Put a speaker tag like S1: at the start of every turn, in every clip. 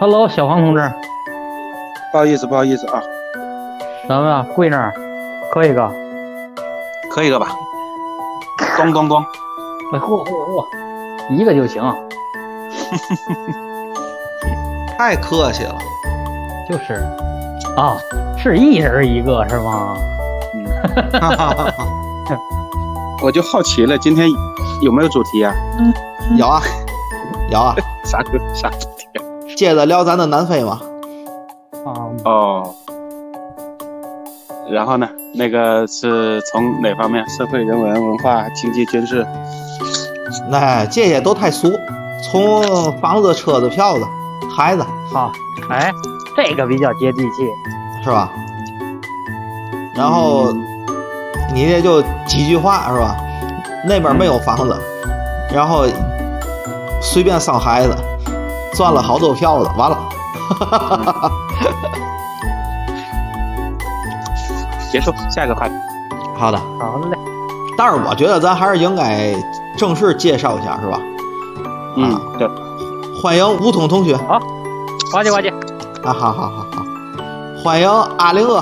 S1: Hello，小黄同志，
S2: 不好意思，不好意思啊，
S1: 咱们啊跪那儿磕一个。
S2: 磕一个吧。咚咚咚，
S1: 哎，嚯嚯嚯，一个就行，
S3: 太客气了。
S1: 就是啊，是一人一个是吗？
S3: 哈哈哈哈
S2: 我就好奇了，今天有没有主题啊？
S3: 有啊，有啊，
S2: 啥歌？啥主题啊？
S3: 接着聊咱的南非嘛。
S1: 啊，
S2: 哦。然后呢？那个是从哪方面？社会、人文、文化、经济、军事。
S3: 那这些哎都太俗，从房子、车子、票子、孩子，
S1: 好，哎，这个比较接地气。
S3: 是吧？然后你这就几句话是吧？那边没有房子，然后随便生孩子，赚了好多票子，完了。
S2: 结束，下一个话题。
S3: 好的，
S1: 好嘞，
S3: 但是我觉得咱还是应该正式介绍一下，是吧？
S2: 嗯
S3: 啊，
S2: 对，
S3: 欢迎吴桐同学啊，
S1: 呱唧呱唧，
S3: 好好好好，欢迎阿玲哥，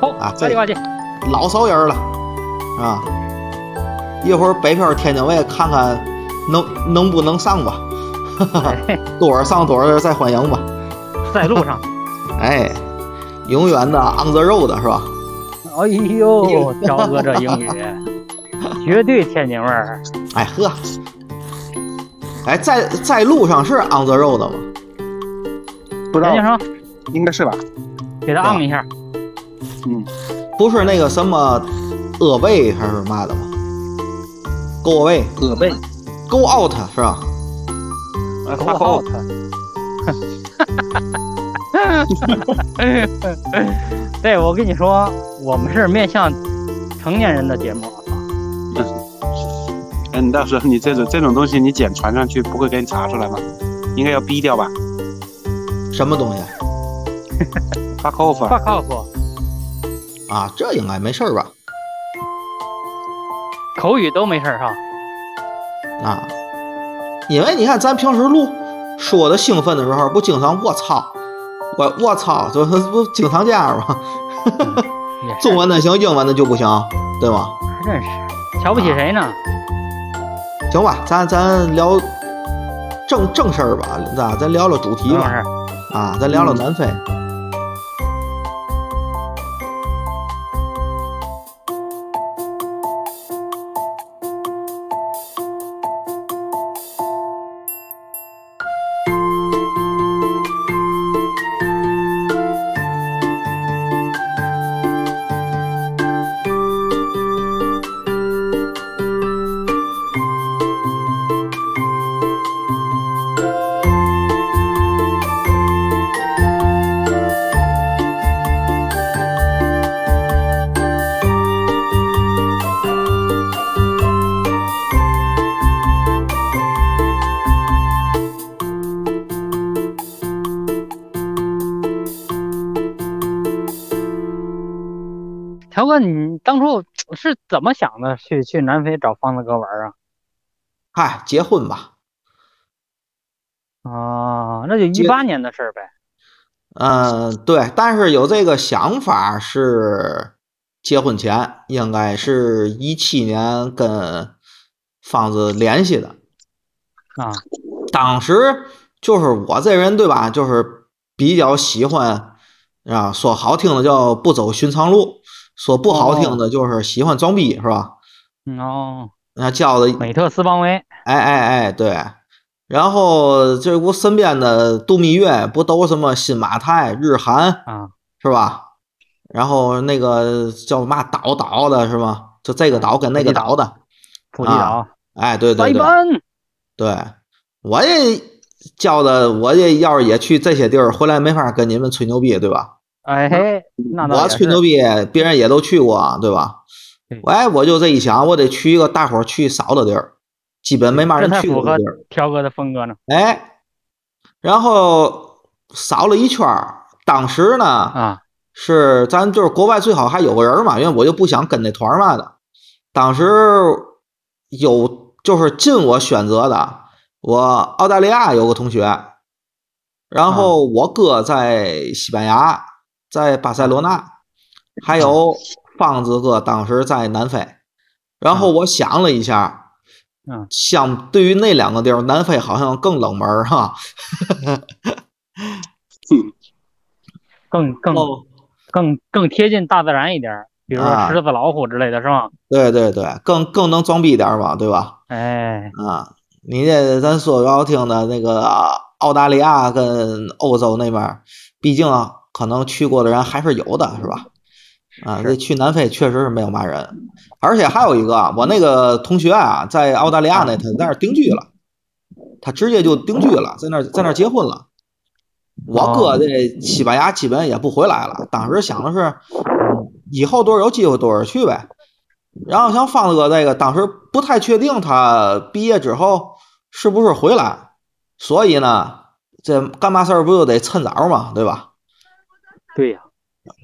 S1: 好，
S3: 啊
S1: 呱
S3: 这
S1: 唧呱唧，
S3: 老熟人了啊。一会儿北漂天津卫看看能能不能上吧，
S2: 啊
S1: 哎
S3: 多少上多少再欢迎吧。
S1: 在路上。
S3: 哎，永远的 on the road 是吧？
S1: 哎呦， 彪哥这英语绝对天津味儿。
S3: 哎呵，哎，在在路上是 on the road 吗？
S2: 不知道
S1: 陈先，生，
S2: 应该是吧？
S1: 给他按一下。
S2: 嗯，
S3: 不是那个什么鄂贝还是嘛的吗？Go away,
S2: 胳膊。
S3: go out 是
S2: 啊，
S3: 吧？
S1: 我
S2: 发后。
S1: 对，我跟你说，我们是面向成年人的节目。
S2: 哎，你到时候你这种这种东西你剪传上去，不会给你查出来吗？应该要逼掉吧
S3: 什么东西
S2: ？fuck off，
S1: fuck off，
S3: 啊？这应该没事儿吧？
S1: 口语都没事儿哈。
S3: 啊，因为你看咱平时录说的兴奋的时候，不经常我操，我我操，这不经常这样吗？
S1: 也是
S3: 中文的行，英文的就不行，对吗？
S1: 还真是瞧不
S3: 啊
S1: 起谁呢？
S3: 行吧，咱咱聊正正事儿吧，咱咱聊聊主题
S1: 不
S3: 吧，
S1: 是，
S3: 啊，咱聊聊南非。
S1: 条哥，你当初是怎么想的去去南非找方子哥玩儿
S3: 嗨，结婚吧，
S1: 啊？啊，那就一八年的事儿呗。
S3: 嗯，对，但是有这个想法是结婚前，应该是一七年跟方子联系的。
S1: 啊，
S3: 当时就是我这人对吧，就是比较喜欢啊，说好听的叫不走寻常路，说不好听的就是喜欢装逼，是吧？
S1: 嗯哦，
S3: 那叫的
S1: 美特斯邦威，
S3: 哎哎哎，对。然后这不身边的度蜜月不都什么新马泰、日韩
S1: 啊
S3: 是吧？然后那个叫嘛岛岛的是吧？就这个岛跟啊那个岛的，
S1: 普吉岛，
S3: 哎，对
S1: 塞
S3: 对对
S1: 班，
S3: 对，我也叫的，我也要是也去这些地儿，回来没法跟你们吹牛逼，对吧？
S1: 哎嘿，那倒
S3: 我
S1: 也
S3: 吹
S1: 是嗯
S3: 牛逼，别人也都去过，对吧
S1: 对？
S3: 哎，我就这一想，我得去一个大伙儿去少的地儿，基本没嘛人
S1: 这太
S3: 去
S1: 符
S3: 过的
S1: 合
S3: 地儿。
S1: 条哥的风格呢。
S3: 哎，然后扫了一圈儿，当时呢
S1: 啊，
S3: 是咱就是国外最好还有个人儿嘛，因为我就不想跟那团儿嘛的。当时有就是尽我选择的，我澳大利亚有个同学，然后我哥在西班牙，在巴塞罗那，还有方子哥当时在南非。然后我想了一下，
S1: 嗯
S3: 相对于那两个地儿，南非好像更冷门儿哈。
S1: 更更
S3: 哦，
S1: 更更贴近大自然一点儿，比如说
S3: 啊
S1: 狮子、老虎之类的，是吗？
S3: 对对对，更更能装逼点儿吧，对吧？
S1: 哎，
S3: 啊，你这咱说不好听的，那个啊澳大利亚跟欧洲那边儿，毕竟啊可能去过的人还是有的，是吧？啊，这去南非确实是没有嘛人，而且还有一个啊，我那个同学啊，在澳大利亚呢，他在那儿定居了，他直接就定居了，在那儿在那儿结婚了。我哥这西班牙基本也不回来了，当时想的是以后多少有机会多少去呗。然后像方子哥这个，当时不太确定他毕业之后是不是回来，所以呢，这干嘛事儿不就得趁早嘛，对吧？
S1: 对呀、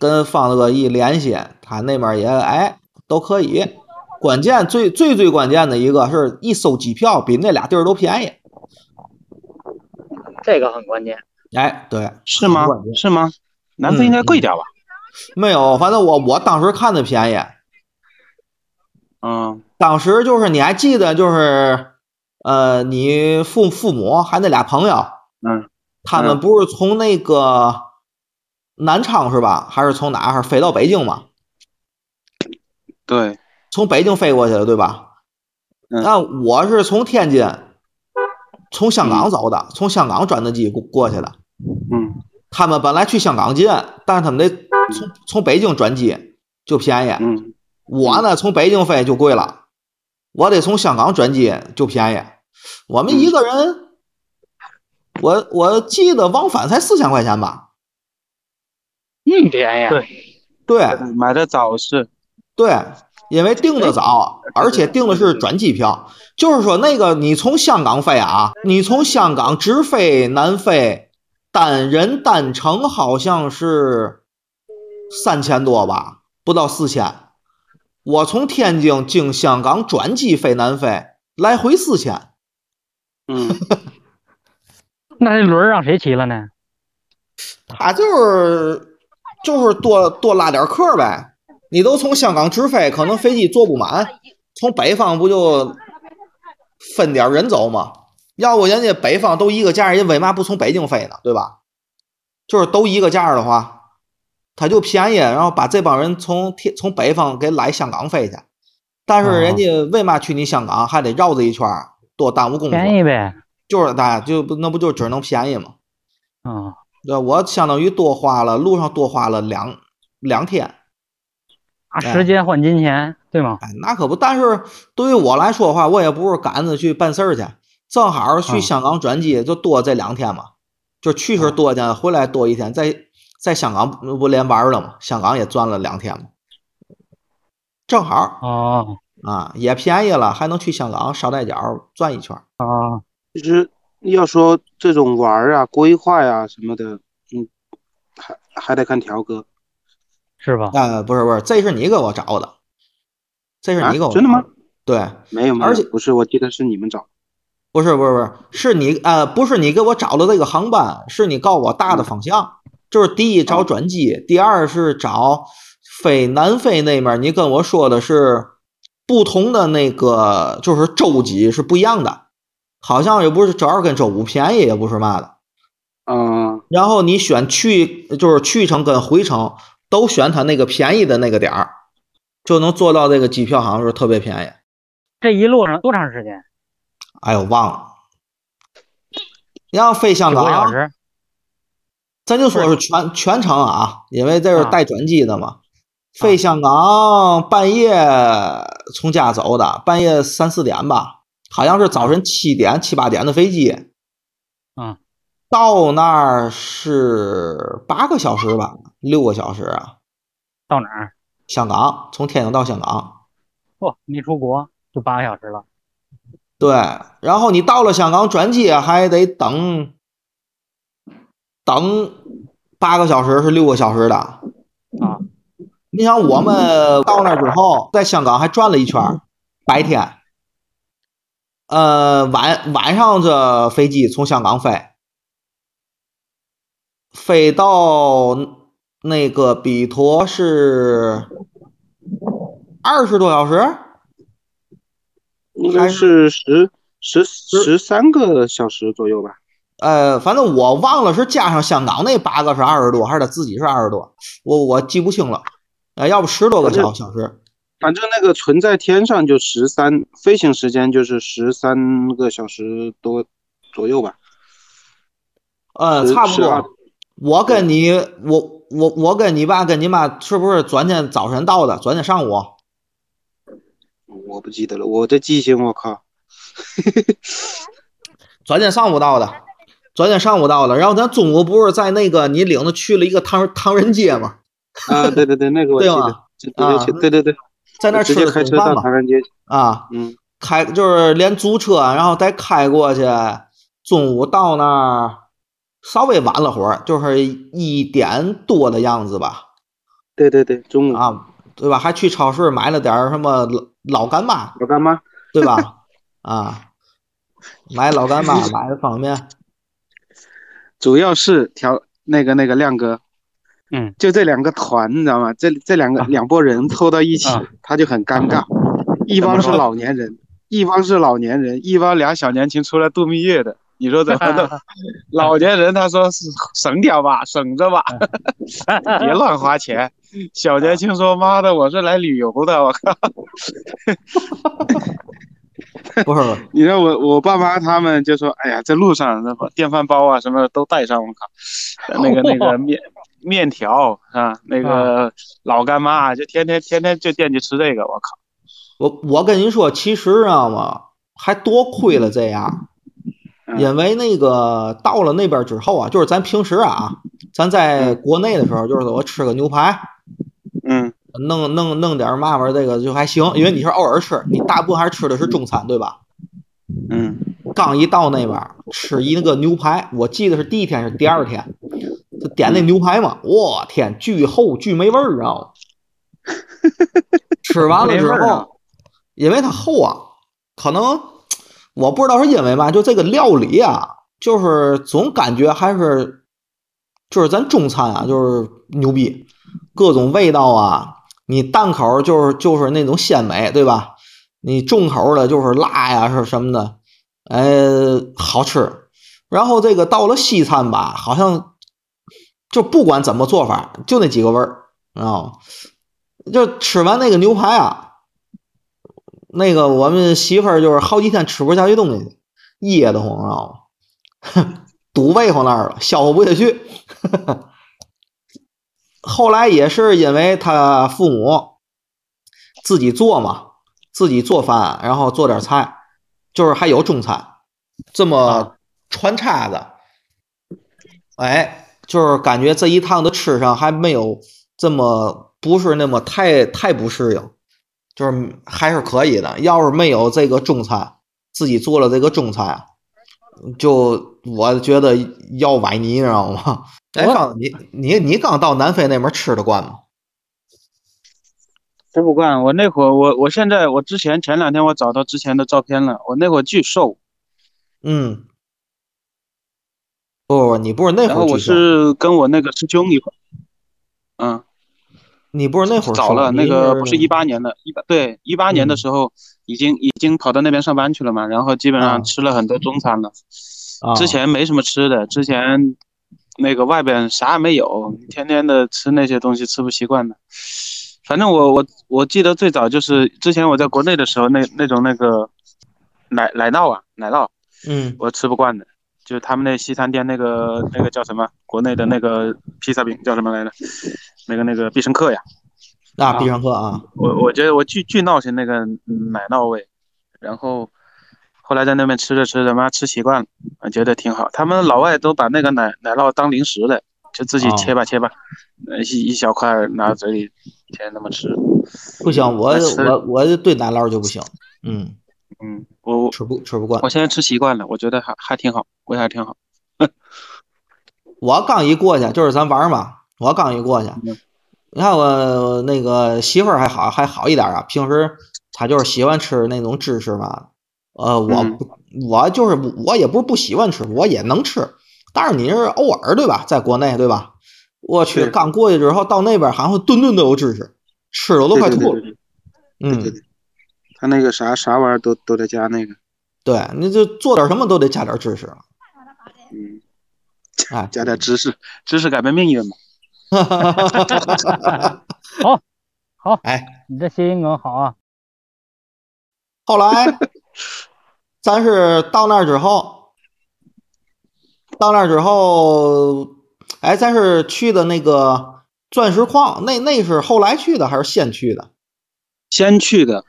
S3: 跟方子哥一联系，他那边也哎都可以。关键最最最关键的一个是一收机票比那俩地儿都便宜。
S1: 这个很关键。
S3: 哎，对，
S2: 是吗
S3: 我感觉？
S2: 是吗？南非应该贵点吧？
S3: 没有，反正我我当时看的便宜，
S2: 嗯，
S3: 当时就是你还记得就是，呃，你父父母还那俩朋友，
S2: 嗯，
S3: 他们
S2: 嗯
S3: 不是从那个南昌是吧？还是从哪儿飞到北京嘛？
S2: 对，
S3: 从北京飞过去的，对
S2: 嗯
S3: 吧？那我是从天津，从香港走的，从香港转的机过过去的。
S2: 嗯
S3: 他们本来去香港近，但是他们得从从北京转机就便宜。
S2: 嗯
S3: 我呢，从北京飞就贵了，我得从香港转机就便宜。我们一
S2: 嗯
S3: 个人，我我记得往返才四千块钱吧？
S1: 嗯，便宜。
S2: 对
S3: 对
S2: 买的早是，
S3: 对，因为订的早，而且订的是转机票，就是说那个你从香港飞啊，你从香港直飞南非，单人单程好像是三千多吧，不到四千。我从天津经香港转机飞南非，来回四千。
S2: 嗯，
S1: 那这轮儿让谁骑了呢？
S3: 他就是就是多多拉点客呗。你都从香港直飞，可能飞机坐不满，从北方不就分点人走吗？要不人家北方都一个价儿，人为嘛不从北京飞呢？对吧？就是都一个价儿的话，他就便宜，然后把这帮人从天从北方给来香港飞去。但
S1: 哦
S3: 是人家为嘛去你香港，还得绕这一圈儿，多耽误功夫。
S1: 便宜呗。啊
S3: 就是大家就不那不就只能便宜吗？
S1: 嗯，
S3: 对，我相当于多花了路上多花了两两天，
S1: 拿啊时间换金钱，对吗？
S3: 哎，那可不。但是对于我来说的话，我也不是赶着去办事儿去，正好去
S1: 嗯
S3: 香港转机就多这两天嘛，就
S2: 嗯
S3: 去时多一天，回来多一天，在在香港不不连玩儿了嘛，香港也转了两天嘛，正好
S1: 哦
S3: 啊，也便宜了，还能去香港捎带脚儿转一圈儿。
S1: 哦，
S2: 其实要说这种玩儿啊、规划呀、什么的，嗯，还还得看条哥。
S1: 是吧？
S3: 呃，不是不是，这是你给我找的，这是
S2: 啊
S3: 你给我、
S2: 真的吗？
S3: 对，
S2: 没有没有，
S3: 而且
S2: 不是，我记得是你们找。
S3: 不是不是不是，是你呃，不是你给我找的这个航班，是你告诉我大的方向，就是第一找转机，第二是找飞南非那面，你跟我说的是不同的那个，就是洲际是不一样的，好像也不是周二跟周五便宜，也不是嘛的。
S2: 嗯、
S3: 然后你选去就是去程跟回程都选它那个便宜的那个点儿，就能做到这个机票好像是特别便宜。
S1: 这一路上多长时间？
S3: 哎呦，忘了，然后飞香
S1: 九
S3: 港
S1: 个小时。
S3: 咱就说是全全程啊，因为这是带转机的嘛。飞香港半夜从家走的，半夜三四点吧，好像是早晨七点七八点的飞机。啊
S1: 嗯，
S3: 到那儿是八个小时吧，六个小时啊。
S1: 到哪儿？
S3: 香港从天津到香港，
S1: 嚯、没出国就八个小时 了。
S3: 对，然后你到了香港转机还得等，等八个小时是六个小时的啊。你想我们到那儿之后，在香港还转了一圈儿，白天，呃，晚晚上这飞机从香港飞，飞到那个比陀是二十多小时，
S2: 应该是十十十三个小时左右吧。
S3: 呃，反正我忘了是加上香港那八个是二十多，还是他自己是二十多，我我记不清了。呃，要不十多个小小时，
S2: 反正那个存在天上就十三，飞行时间就是十三个小时多左右吧。
S3: 呃，
S2: 是
S3: 差不
S2: 是啊
S3: 多。我跟你，我我我跟你爸跟你妈是不是昨天早晨到的？昨天上午
S2: 我不记得了，我这记性，我靠，
S3: 昨天上午到的，昨天上午到的。然后咱中午不是在那个你领着去了一个唐唐人街吗？
S2: 啊，对对对，那个我记
S3: 对
S2: 得
S3: 吗，啊
S2: 就直接去，对对对，
S3: 在那儿
S2: 我直
S3: 吃
S2: 接
S3: 的
S2: 开
S3: 中
S2: 车
S3: 饭
S2: 到
S3: 嘛
S2: 唐？人街，
S3: 啊，
S2: 嗯，
S3: 开就是连租车，啊然后再开过去。中午到那儿稍微晚了会儿，就是一点多的样子吧。
S2: 对对对，中午
S3: 啊，对吧？还去超市买了点儿什么老老干妈，
S2: 我干妈，
S3: 对吧？啊，买老干妈，买了方便面。
S2: 主要是调那个那个亮哥，
S1: 嗯，
S2: 就这两个团，你知道吗？这这两个
S1: 啊
S2: 两拨人凑到一起
S1: 啊，
S2: 他就很尴尬，一帮是老年人，一帮是老年人，一帮俩小年轻出来度蜜月的。你说怎 么弄？
S1: 啊
S2: 老年人他说是省点吧，省着吧，
S1: 嗯
S2: 别乱 花钱。小年轻说：“妈的，我是来旅游的，我
S3: 不是，
S2: 你让我我爸妈他们就说，哎呀，这路上什么电饭煲啊什么的都带上，我靠，那个那个面面条啊，那个老干妈啊，就天天天天就惦记吃这个，我靠，
S3: 我我跟你说，其实啊嘛，还多亏了这样，
S2: 嗯
S3: 因为那个到了那边之后啊，就是咱平时啊，咱在国内的时候，就是我吃个牛排，
S2: 嗯，
S3: 弄弄弄点儿嘛玩意儿这个就还行，因为你是偶尔吃，你大部分还吃的是中餐，对吧？
S2: 嗯，
S3: 刚一到那边儿吃一个牛排，我记得是第一天还是第二天，就点那牛排嘛，我天，巨厚巨没味儿，知道 吗？吃完了之
S1: 没味儿啊
S3: 后，因为它厚啊，可能我不知道是因为嘛，就这个料理啊，就是总感觉还是就是咱中餐啊，就是牛逼，各种味道啊，你淡口儿就是就是那种鲜美，对吧？你重口儿的就是辣呀，是什么的，哎，好吃。然后这个到了西餐吧，好像就不管怎么做法，就那几个味儿，啊，就吃完那个牛排啊，那个我们媳妇儿就是好几天吃不下去东西，噎得慌，知道吗？ 堵胃口那儿了，消化不下去。后来也是因为他父母自己做嘛，自己做饭，然后做点菜，就是还有中餐，这
S2: 啊
S3: 么穿插着，哎，就是感觉这一趟的吃上还没有这么不是那么太太不适应，就是还是可以的。要是没有这个中餐，自己做了这个中餐啊，就我觉得要崴泥，你知道吗？哎，
S1: 我
S3: 刚你你你刚到南非那边吃得惯吗？
S2: 吃不惯。我那会儿，我我现在我之前前两天我找到之前的照片了，我那会儿巨瘦，
S3: 嗯，不不不，你不是那
S2: 然
S3: 会
S2: 后
S3: 儿
S2: 我
S3: 巨瘦，
S2: 是跟我那个师兄一块，嗯，
S3: 你不是那会儿
S2: 早
S3: 瘦
S2: 了，
S3: 你
S2: 那个不是
S3: 是
S2: 一八年的，一八对一八年的
S3: 嗯
S2: 时候已经已经跑到那边上班去了嘛，然后基本
S3: 啊
S2: 上吃了很多中餐了。
S3: 啊
S2: 之前没什么吃的，之前那个外边啥也没有，天天的吃那些东西吃不习惯的。反正我我我记得最早就是之前我在国内的时候，那那种那个奶奶酪啊奶酪，
S3: 嗯
S2: 我吃不惯的，就是他们那西餐店那个那个叫什么，国内的那个披萨饼叫什么来着？那个那个必胜客呀。
S3: 那必胜客啊，
S2: 我我觉得我巨巨闹心那个奶酪味，然后后来在那边吃着吃着，妈吃习惯了，我觉得挺好。他们老外都把那个奶奶酪当零食的，就自己
S3: 哦
S2: 切吧切吧，呃一一小块拿嘴里天天那么吃。
S3: 不行，我
S2: 那吃
S3: 我我对奶酪就不行，嗯，
S2: 嗯，我
S3: 吃不吃不惯
S2: 我。现在吃习惯了，我觉得还还挺好，味还挺好。
S3: 我刚一过去，就是咱玩儿嘛，我刚一过去
S2: 嗯，
S3: 你看我那个媳妇儿还好还好一点儿啊，平时她就是喜欢吃那种芝士嘛，呃，我
S2: 嗯
S3: 不我就是不我也不是不喜欢吃，我也能吃，但是你是偶尔对吧？在国内对吧？我去，
S2: 对
S3: 刚过去之后到那边好像顿顿都有知识，吃的我都快吐了。
S2: 对
S3: 嗯，
S2: 对他那个啥啥玩意儿都都得加那个，
S3: 对，你就做点什么都得加点知识。
S2: 嗯，
S3: 哎，
S2: 加点知识，知识改变命运嘛。
S1: 你这谐音梗好啊！
S3: 后来咱是到那儿之后，到那儿之后，哎，咱是去的那个钻石矿，那那是后来去的还是先去的？
S2: 先去的，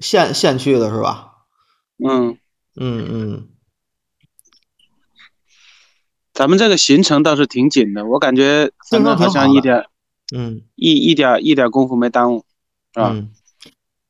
S3: 先先去的是吧？
S2: 嗯，
S3: 嗯嗯，
S2: 咱们这个行程倒是挺紧的，我感觉咱们好像一点
S3: 嗯
S2: 一一点一点功夫没耽误，是吧？
S3: 嗯，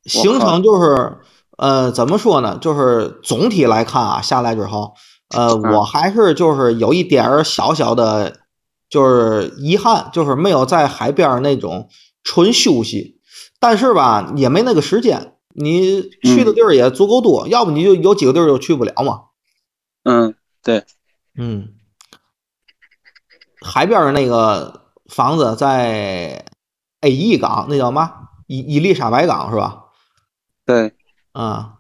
S3: 行程就是呃，怎么说呢？就是总体来看啊，下来之后，呃，
S2: 嗯
S3: 我还是就是有一点儿小小的，就是遗憾，就是没有在海边儿那种纯休息，但是吧，也没那个时间。你去的地儿也足够多，要不你就有几个地儿就去不了嘛。
S2: 嗯，
S3: 嗯，海边儿那个房子在 A 一港，那叫嘛？伊伊丽莎白港是吧？
S2: 对，
S3: 啊、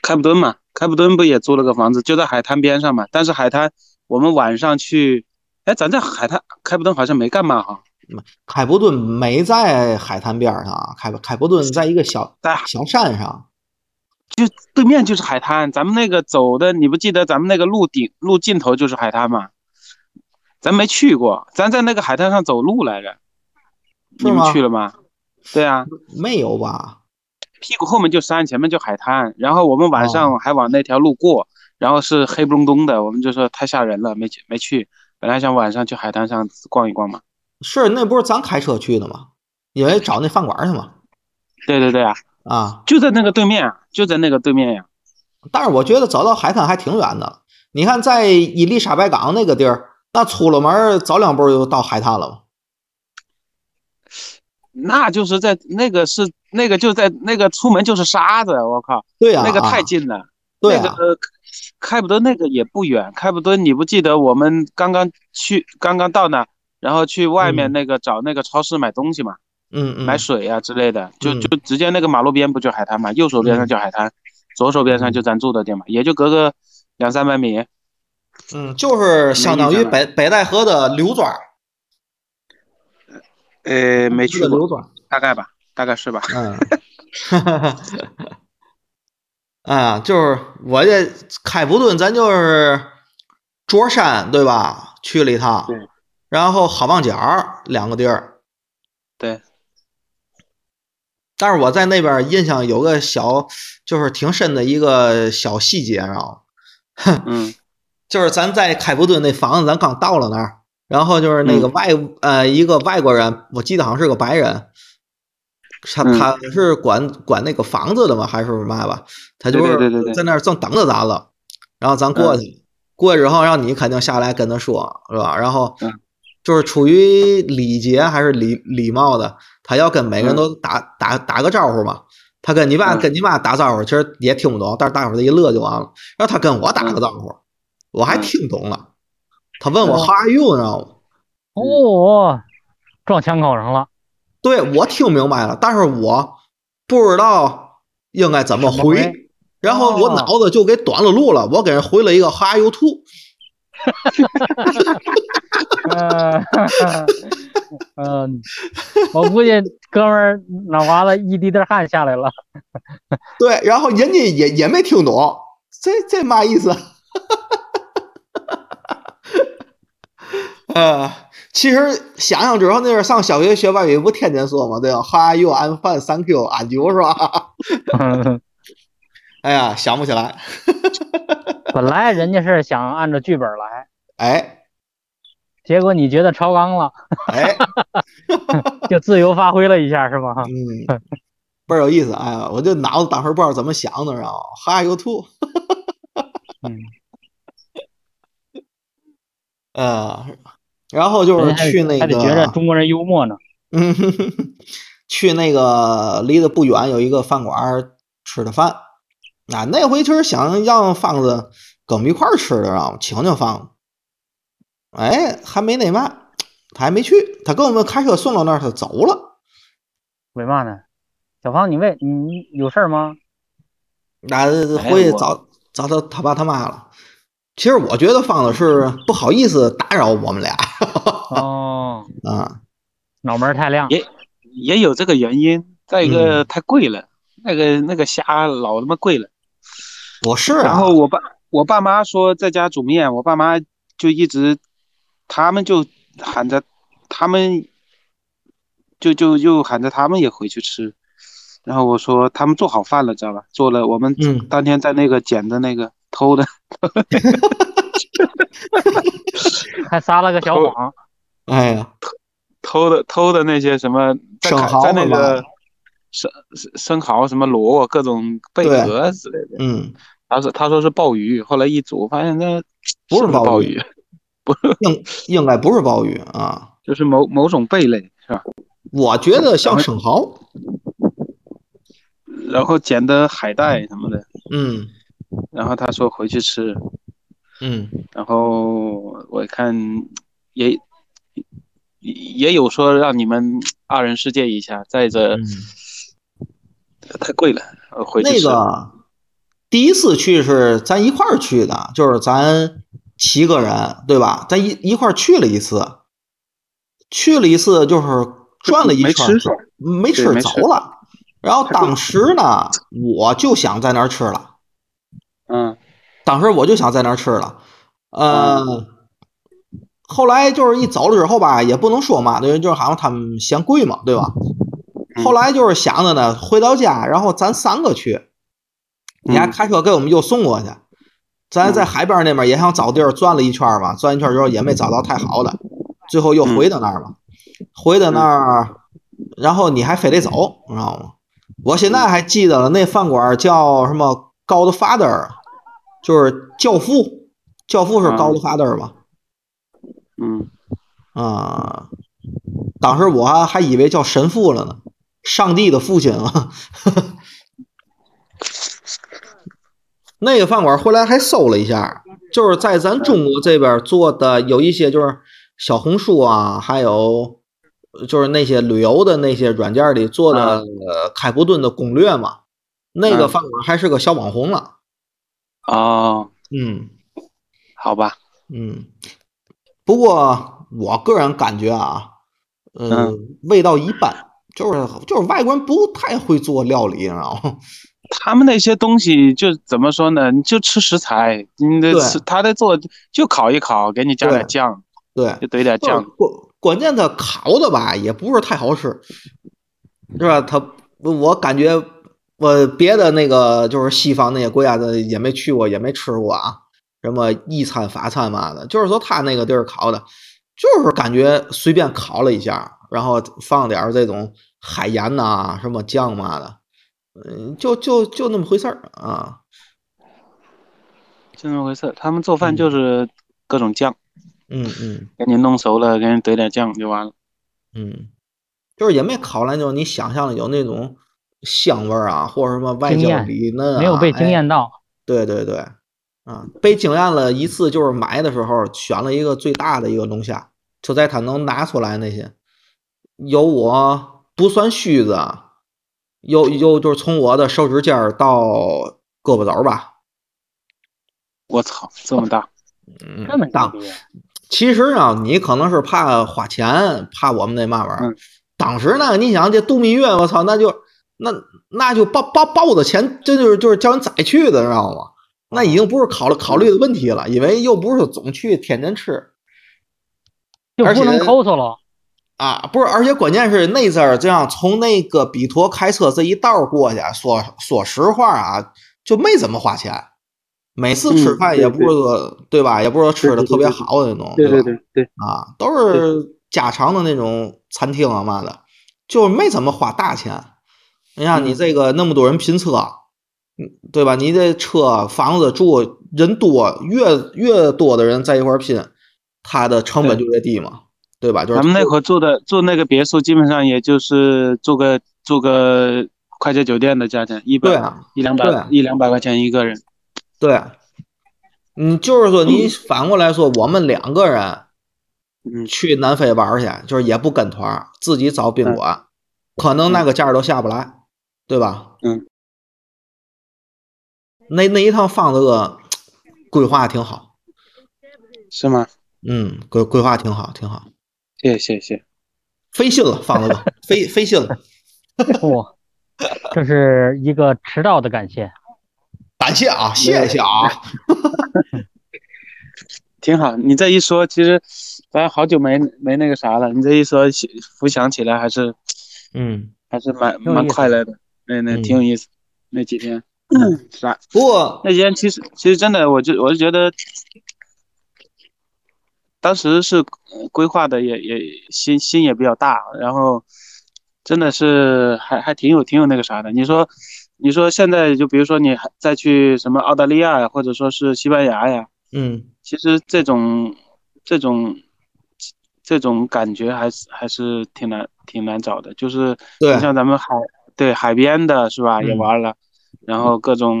S2: 开普敦嘛，开普敦不也租了个房子，就在海滩边上嘛。但是海滩我们晚上去，哎，咱在海滩开普敦好像没干嘛哈，
S3: 开普敦没在海滩边儿上啊，开开普敦在一个小
S2: 在
S3: 小山上。
S2: 对面就是海滩，咱们那个走的，你不记得咱们那个路顶路尽头就是海滩吗？咱没去过，咱在那个海滩上走路来着，
S3: 是
S2: 你
S3: 吗
S2: 们去了吗？对啊，
S3: 没有吧？
S2: 屁股后面就山，前面就海滩，然后我们晚
S3: 哦
S2: 上还往那条路过，然后是黑不隆咚的，我们就说太吓人了，没去没去。本来想晚上去海滩上逛一逛嘛。
S3: 是那不是咱开车去的吗？因为找那饭馆儿去嘛。
S2: 对对对啊，
S3: 啊，
S2: 就在那个对面啊，就在那个对面呀、
S3: 但是我觉得走到海滩还挺远的。你看，在伊丽莎白港那个地儿，那出了门儿走两步就到海滩了嘛。
S2: 那就是在那个是那个就在那个出门就是沙子，我靠，
S3: 对呀、啊，
S2: 那个太近了。
S3: 对、
S2: 那
S3: 啊，
S2: 个呃开普敦那个也不远，开普敦你不记得我们刚刚去，刚刚到那，然后去外面
S3: 嗯
S2: 那个找那个超市买东西嘛，
S3: 嗯嗯，
S2: 买水啊之类的，就
S3: 嗯
S2: 就直接那个马路边不就海滩嘛，右手边上就海滩，左手边上就咱住的地嘛，也就隔个两三百米。
S3: 嗯，就是相当于北北戴河的刘庄，
S2: 呃，没
S3: 去的
S2: 去
S3: 刘
S2: 过，
S3: 庄，
S2: 大概吧，大概是 吧。
S3: 嗯， 啊，就是我这开普敦，咱就是卓山对吧？去了一趟
S2: 对，
S3: 然后好望角两个地儿，
S2: 对。
S3: 但是我在那边印象有个小，就是挺深的一个小细节，啊然后
S2: 嗯
S3: 就是咱在开普敦那房子，咱刚到了那儿，然后就是
S2: 嗯
S3: 那个外、呃一个外国人，我记得好像是个白人，他
S2: 嗯
S3: 他是管管那个房子的吗？还是嘛吧？他就
S2: 对
S3: 是
S2: 对对对对嗯
S3: 在那儿正等着咱了，然后咱过去，过去之后让你肯定下来跟他说是吧？然后
S2: 嗯
S3: 就是出于礼节还是礼礼貌的，他要跟每个人都打、打打个招呼嘛。他跟你爸
S2: 嗯
S3: 跟你妈打招呼，其实也听不懂，但是大伙儿一乐就完了。然后他跟我打个招呼，我还
S2: 嗯
S3: 听懂了。他问我
S1: 哦
S3: “How are you”，你知道吗？
S1: 哦，撞枪口上了，
S3: 对我听明白了，但是我不知道应该怎么
S1: 怎么
S3: 回
S1: 回，
S3: 然后我
S1: 哦
S3: 脑子就给短了路了，我给人回了一个 “How are you too”。
S1: 呃， 嗯，我估计哥们儿脑瓜子一滴滴汗下来了。
S3: 对，然后人家也也没听懂，这这嘛意思？ 呃，其实想想之后，那阵儿上小学学外语不天天说吗？对吧？How are you? I'm fine, thank you. And you 是吧？ 哎呀，想不起来。
S1: 本来人家是想按照剧本来，
S3: 哎
S1: 结果你觉得超纲了，
S3: 哎，
S1: 就自由发挥了一下，是吧？
S3: 嗯，倍儿有意思。哎呀，我这脑子当时不知道怎么想的，然后 How are you too？
S1: 嗯，
S3: 呃，然后 就是
S1: 人家还
S3: 去那个，
S1: 还得觉着中国人幽默呢。
S3: 嗯， 去那个离得不远有一个饭馆儿吃的饭。啊，那回其实想让方子跟我们一块儿吃的，让请请放。哎，还没那嘛，他还没去，他跟我们开车送到那儿，他走了。
S1: 为嘛呢？小胖，你为你有事儿吗？
S3: 那
S2: 哎
S3: 回去找找他他爸他妈了。其实我觉得方子是不好意思打扰我们俩
S1: 哦，
S3: 啊，
S1: 脑门儿太亮，
S2: 也也有这个原因。再一个，太贵了，那个那个虾老他妈贵了。
S3: 我是
S2: 然
S3: 啊，
S2: 后我爸我爸妈说在家煮面，我爸妈就一直，他们就喊着，他们就就就喊着他们也回去吃。然后我说他们做好饭了，知道吧？做了，我们
S3: 嗯
S2: 当天在那个捡的那个偷的，
S1: 还撒了个小谎。
S3: 哎呀，
S2: 偷的偷的那些什么在
S3: 生
S2: 砍
S3: 蚝
S2: 在那
S3: 嘛
S2: 个生生生蚝什么萝卜各种贝
S3: 对
S2: 壳之类的。
S3: 嗯，
S2: 他说他说是鲍鱼，后来一煮发现那
S3: 不是
S2: 不
S3: 鲍
S2: 鲍
S3: 鱼
S2: 鱼，
S3: 应应该不是鲍鱼啊，
S2: 就是某某种贝类是吧？
S3: 我觉得像生蚝，
S2: 然后捡的海带什么的，
S3: 嗯
S2: 然后他说回去吃，
S3: 嗯
S2: 然后我看也也也有说让你们二人世界一下，再者、
S3: 嗯。
S2: 太贵了，呃回去
S3: 那
S2: 吃。
S3: 个第一次去是咱一块儿去的，就是咱七个人，对吧？咱一一块儿去了一次，去了一次就是转了一
S2: 没
S3: 圈
S2: 吃
S3: 儿，没吃
S2: 对没
S3: 走
S2: 吃
S3: 了。然后当时呢，我就想在那儿吃了。
S2: 嗯，
S3: 当时我就想在那儿吃了，呃，后来就是一走了之后吧，也不能说嘛，因为就是好像他们嫌贵嘛，对吧？
S2: 嗯
S3: 后来就是想着呢，回到家，然后咱三个去，人家
S2: 嗯
S3: 开车给我们又送过去，咱在海边那边也想找地儿转了一圈嘛，转一圈之后也没找到太好的，最后又回到那儿
S2: 嗯
S3: 嘛，回到那儿，然后你还非得走，你知道吗？我现在还记得了，那饭馆叫什么 Godfather，就是教父，教父是
S2: 啊
S3: Godfather 嘛？
S2: 嗯，
S3: 啊、当时我还还以为叫神父了呢，上帝的父亲啊。 那个饭馆后来还搜了一下，就是在咱中国这边做的有一些就是小红书啊，还有就是那些旅游的那些软件里做的、
S2: 啊
S3: 呃开普敦的攻略嘛。那个
S2: 嗯
S3: 饭馆还是个小网红了，
S2: 哦，
S3: 嗯
S2: 好吧，
S3: 嗯。不过我个人感觉啊，呃、
S2: 嗯
S3: 味道一般，就是就是外国人不太会做料理，你知道吗？
S2: 他们那些东西就怎么说呢？你就吃食材，你得
S3: 对
S2: 吃，他在做就烤一烤，给你加点
S3: 对
S2: 酱，
S3: 对，
S2: 就怼点
S3: 就是
S2: 酱。
S3: 关关键它烤的吧，也不是太好吃，是吧？它我感觉我别的那个就是西方那些国家的也没去过，也没吃过啊，什么意餐、法餐嘛的，就是说他那个地儿烤的，就是感觉随便烤了一下，然后放点儿这种海盐呐、什么酱嘛的，嗯，就就就那么回事儿啊。
S2: 就那么回事。他们做饭就是各种酱，
S3: 嗯嗯
S2: 给你弄熟了，给你怼点酱就完了。
S3: 嗯，就是也没烤来，就是你想象的有那种香味儿啊，或者什么外
S1: 经
S3: 焦
S1: 验
S3: 里嫩啊，
S1: 没有被惊
S3: 哎
S1: 艳到。
S3: 对对对，啊，被惊艳了一次，就是买的时候选了一个最大的一个龙虾，就在它能拿出来那些，有我不算须子，啊，有有就是从我的手指尖儿到胳膊肘儿吧，
S2: 我操，这么大！
S3: 嗯，
S1: 这么
S3: 大
S1: 牛逼啊，
S3: 其实啊，你可能是怕花钱，怕我们那嘛玩意儿。
S2: 嗯
S3: 当时呢，你想这度蜜月，我操，那就那那就报报报的钱，这就是就是叫人宰去的，知道吗？那已经不是考虑考虑的问题了，因为又不是总去天天吃
S1: 就
S3: 哎而
S1: 不能
S3: 且
S1: 抠搜了。
S3: 啊，不是，而且关键是那阵儿这样从那个比托开车这一道儿过去，说说实话啊，就没怎么花钱，每次吃
S2: 嗯
S3: 饭
S2: 对
S3: 也不是
S2: 对
S3: 说对吧，也不是说吃
S2: 对
S3: 的
S2: 对
S3: 特别
S2: 对对
S3: 好的那种，吧？
S2: 对，
S3: 啊，都是家常的那种餐厅啊嘛的，就是没怎么花大钱。你像你
S2: 嗯
S3: 这个那么多人拼车，嗯，对吧？你这车、房子住人多，越越多的人在一块儿拼，它的成本就越低嘛，对吧？就是
S2: 咱们那会儿住的住那个别墅，基本上也就是住个住个快捷酒店的价钱，一
S3: 对
S2: 百
S3: 啊，
S2: 一两
S3: 对啊
S2: 百一两百块钱一个人。
S3: 对，你就是说，你反过来说，我们两个人
S2: 嗯，
S3: 去南非玩去，就是也不跟团儿，自己找宾馆，可能那个价儿都下不来，对吧？
S2: 嗯。
S3: 那那一趟放这个规划挺好，
S2: 是吗？
S3: 嗯，规规划挺好，挺好，
S2: 谢谢谢谢，
S3: 费心了，放这个费费心了，
S1: 哇，哦这是一个迟到的感谢。
S3: 感谢啊，谢谢啊，
S2: 挺好。你这一说，其实咱好久没没那个啥了。你这一说，起浮想起来还是
S3: 嗯。
S2: 还是蛮
S1: 有
S2: 蛮
S1: 意思
S2: 快乐的，那那
S3: 嗯
S2: 挺有意思。那几天，啥？
S3: 不过
S2: 那几天其实其实真的，我就我就觉得，当时是呃规划的也也心心也比较大，然后真的是还还挺有挺有那个啥的。你说你说现在就比如说你还再去什么澳大利亚呀，或者说是西班牙呀，
S3: 嗯，
S2: 其实这种这种这种感觉还是还是挺难挺难找的，就是
S3: 对
S2: 你像咱们海对海边的是吧，
S3: 嗯
S2: 也玩了，然后各种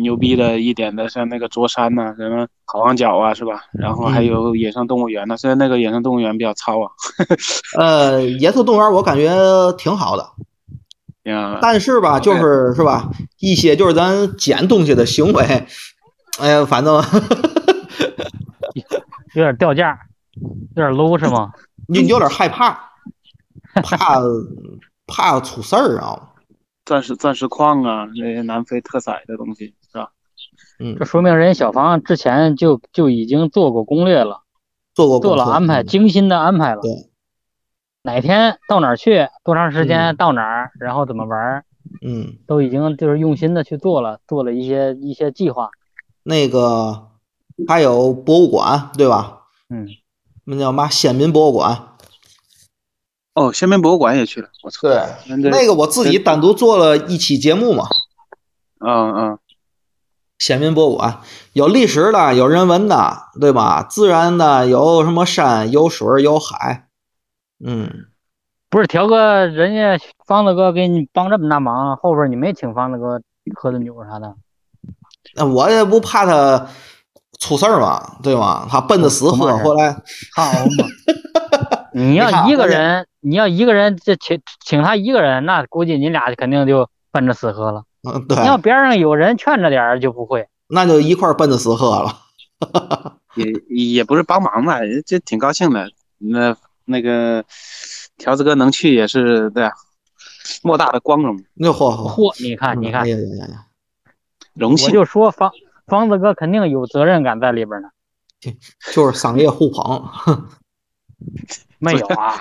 S2: 牛逼的一点的，像那个卓山呐、什么好望角啊，是吧？然后还
S3: 嗯
S2: 有野生动物园呢、虽然那个野生动物园比较糙啊，
S3: 呃，野兔动物园我感觉挺好的，
S2: 哎呀，
S3: 但是吧，就是是吧，一些就是咱捡东西的行为，哎呀，反正
S1: 有点掉价，有点 low 是吗？
S3: 你有点
S1: 嗯
S3: 害怕，怕怕出事儿啊。
S2: 钻石钻石矿啊，那些南非特产的东西是吧？
S3: 嗯
S1: 这，说明人小芳之前就就已经做过攻略了，
S3: 做过
S1: 做了
S3: 功课嗯
S1: 安排，精心的安排了。
S3: 对
S1: 哪天到哪儿去，多长时间到哪儿，然后怎么玩儿，
S3: 嗯，
S1: 都已经就是用心的去做了，做了一些一些计划。
S3: 那个还有博物馆，对吧？
S1: 嗯，
S3: 那叫嘛？先民博物馆。
S2: 哦，先民博物馆也去了，我操，
S3: 对，
S2: 那
S3: 那
S2: 这
S3: 个我自己单独做了一期节目嘛，
S2: 嗯嗯
S3: 先民博物馆有历史的，有人文的，对吧？自然的，有什么山，有水，有海。嗯，
S1: 不是条哥，人家方子哥给你帮这么大忙，后边你没请方子哥喝顿酒啥的，
S3: 那我也不怕他出事儿嘛，对吧？他奔着死
S1: 出嘛
S3: 喝
S1: 事儿
S3: 回来，
S1: 好嘛？你
S3: 你看
S1: 要一个
S3: 而且
S1: 人，你要一个人，这请请他一个人，那估计你俩肯定就奔着死喝了。
S3: 嗯，对
S1: 你，要边上有人劝着点儿就不会。
S3: 那就一块儿奔着死喝了。
S2: 也也不是帮忙吧，这挺高兴的。那那个条子哥能去也是对、啊，莫大的光荣
S3: 那嚯嚯，
S1: 嚯，你看，啊你看
S3: 哎，呀呀呀呀！
S2: 荣
S1: 我
S2: 幸。
S1: 就说方方子哥肯定有责任感在里边呢。
S3: 就是商业互捧，
S1: 没有啊，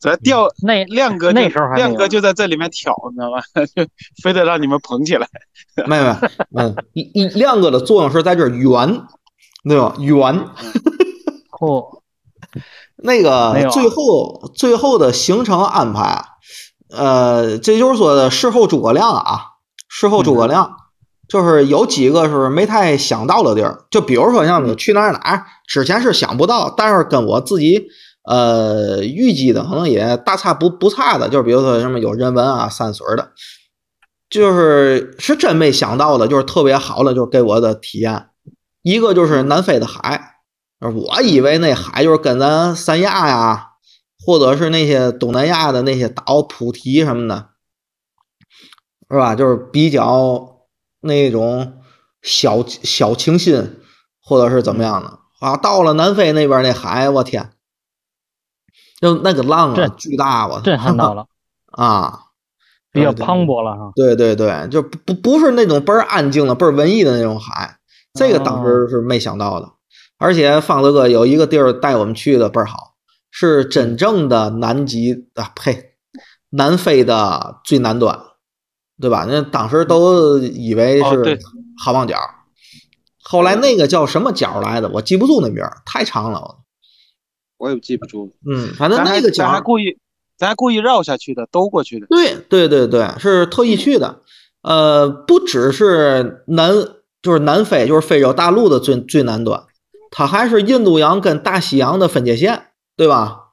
S2: 主要掉
S1: 那
S2: 亮哥就
S1: 嗯那时候还没有
S2: 亮哥就在这里面挑，你知道吧？ 就非得让你们捧起来。
S3: 没有没有，嗯，一一亮哥的作用是在这儿圆，对吧？圆。
S1: 嚯，
S3: 那
S1: 没有
S3: 个
S1: 啊
S3: 最后最后的行程安排啊，呃，这就是说的事后诸葛亮啊，事后诸
S1: 嗯
S3: 葛亮、就是有几个是没太想到的地儿，就比如说像你
S1: 嗯
S3: 去哪儿哪儿，之前是想不到，但是跟我自己呃预计的可能也大差不不差的，就是比如说什么有人文啊、山水的，就是是真没想到的，就是特别好的，就是给我的体验。一个就是南非的海，我以为那海就是跟咱三亚呀，或者是那些东南亚的那些岛，菩提什么的，是吧？就是比较那种小小清新，或者是怎么样的啊？到了南非那边那海，我天，就那个浪啊
S1: 震，
S3: 巨大， 我操
S1: 震撼到了，
S3: 啊！
S1: 比较
S3: 对对
S1: 磅礴了哈。
S3: 对对对，就不不不是那种倍儿安静的、倍儿文艺的那种海，这个当
S2: 哦
S3: 时是没想到的。而且方德哥有一个地儿带我们去的倍儿好，是真正的南极啊，呸，南非的最南端，对吧？那当时都以为
S2: 哦对
S3: 是好望角，后来那个叫什么角来的，我记不住那名儿，太长了。
S2: 我也记不住，
S3: 嗯，反正
S2: 咱还
S3: 那个角
S2: 咱还故意，咱还故意绕下去的，兜过去的。
S3: 对对对对，是特
S2: 嗯
S3: 意去的。呃，不只是南，就是南非，就是非洲大陆的最最南端，它还是印度洋跟大西洋的分界线，对吧？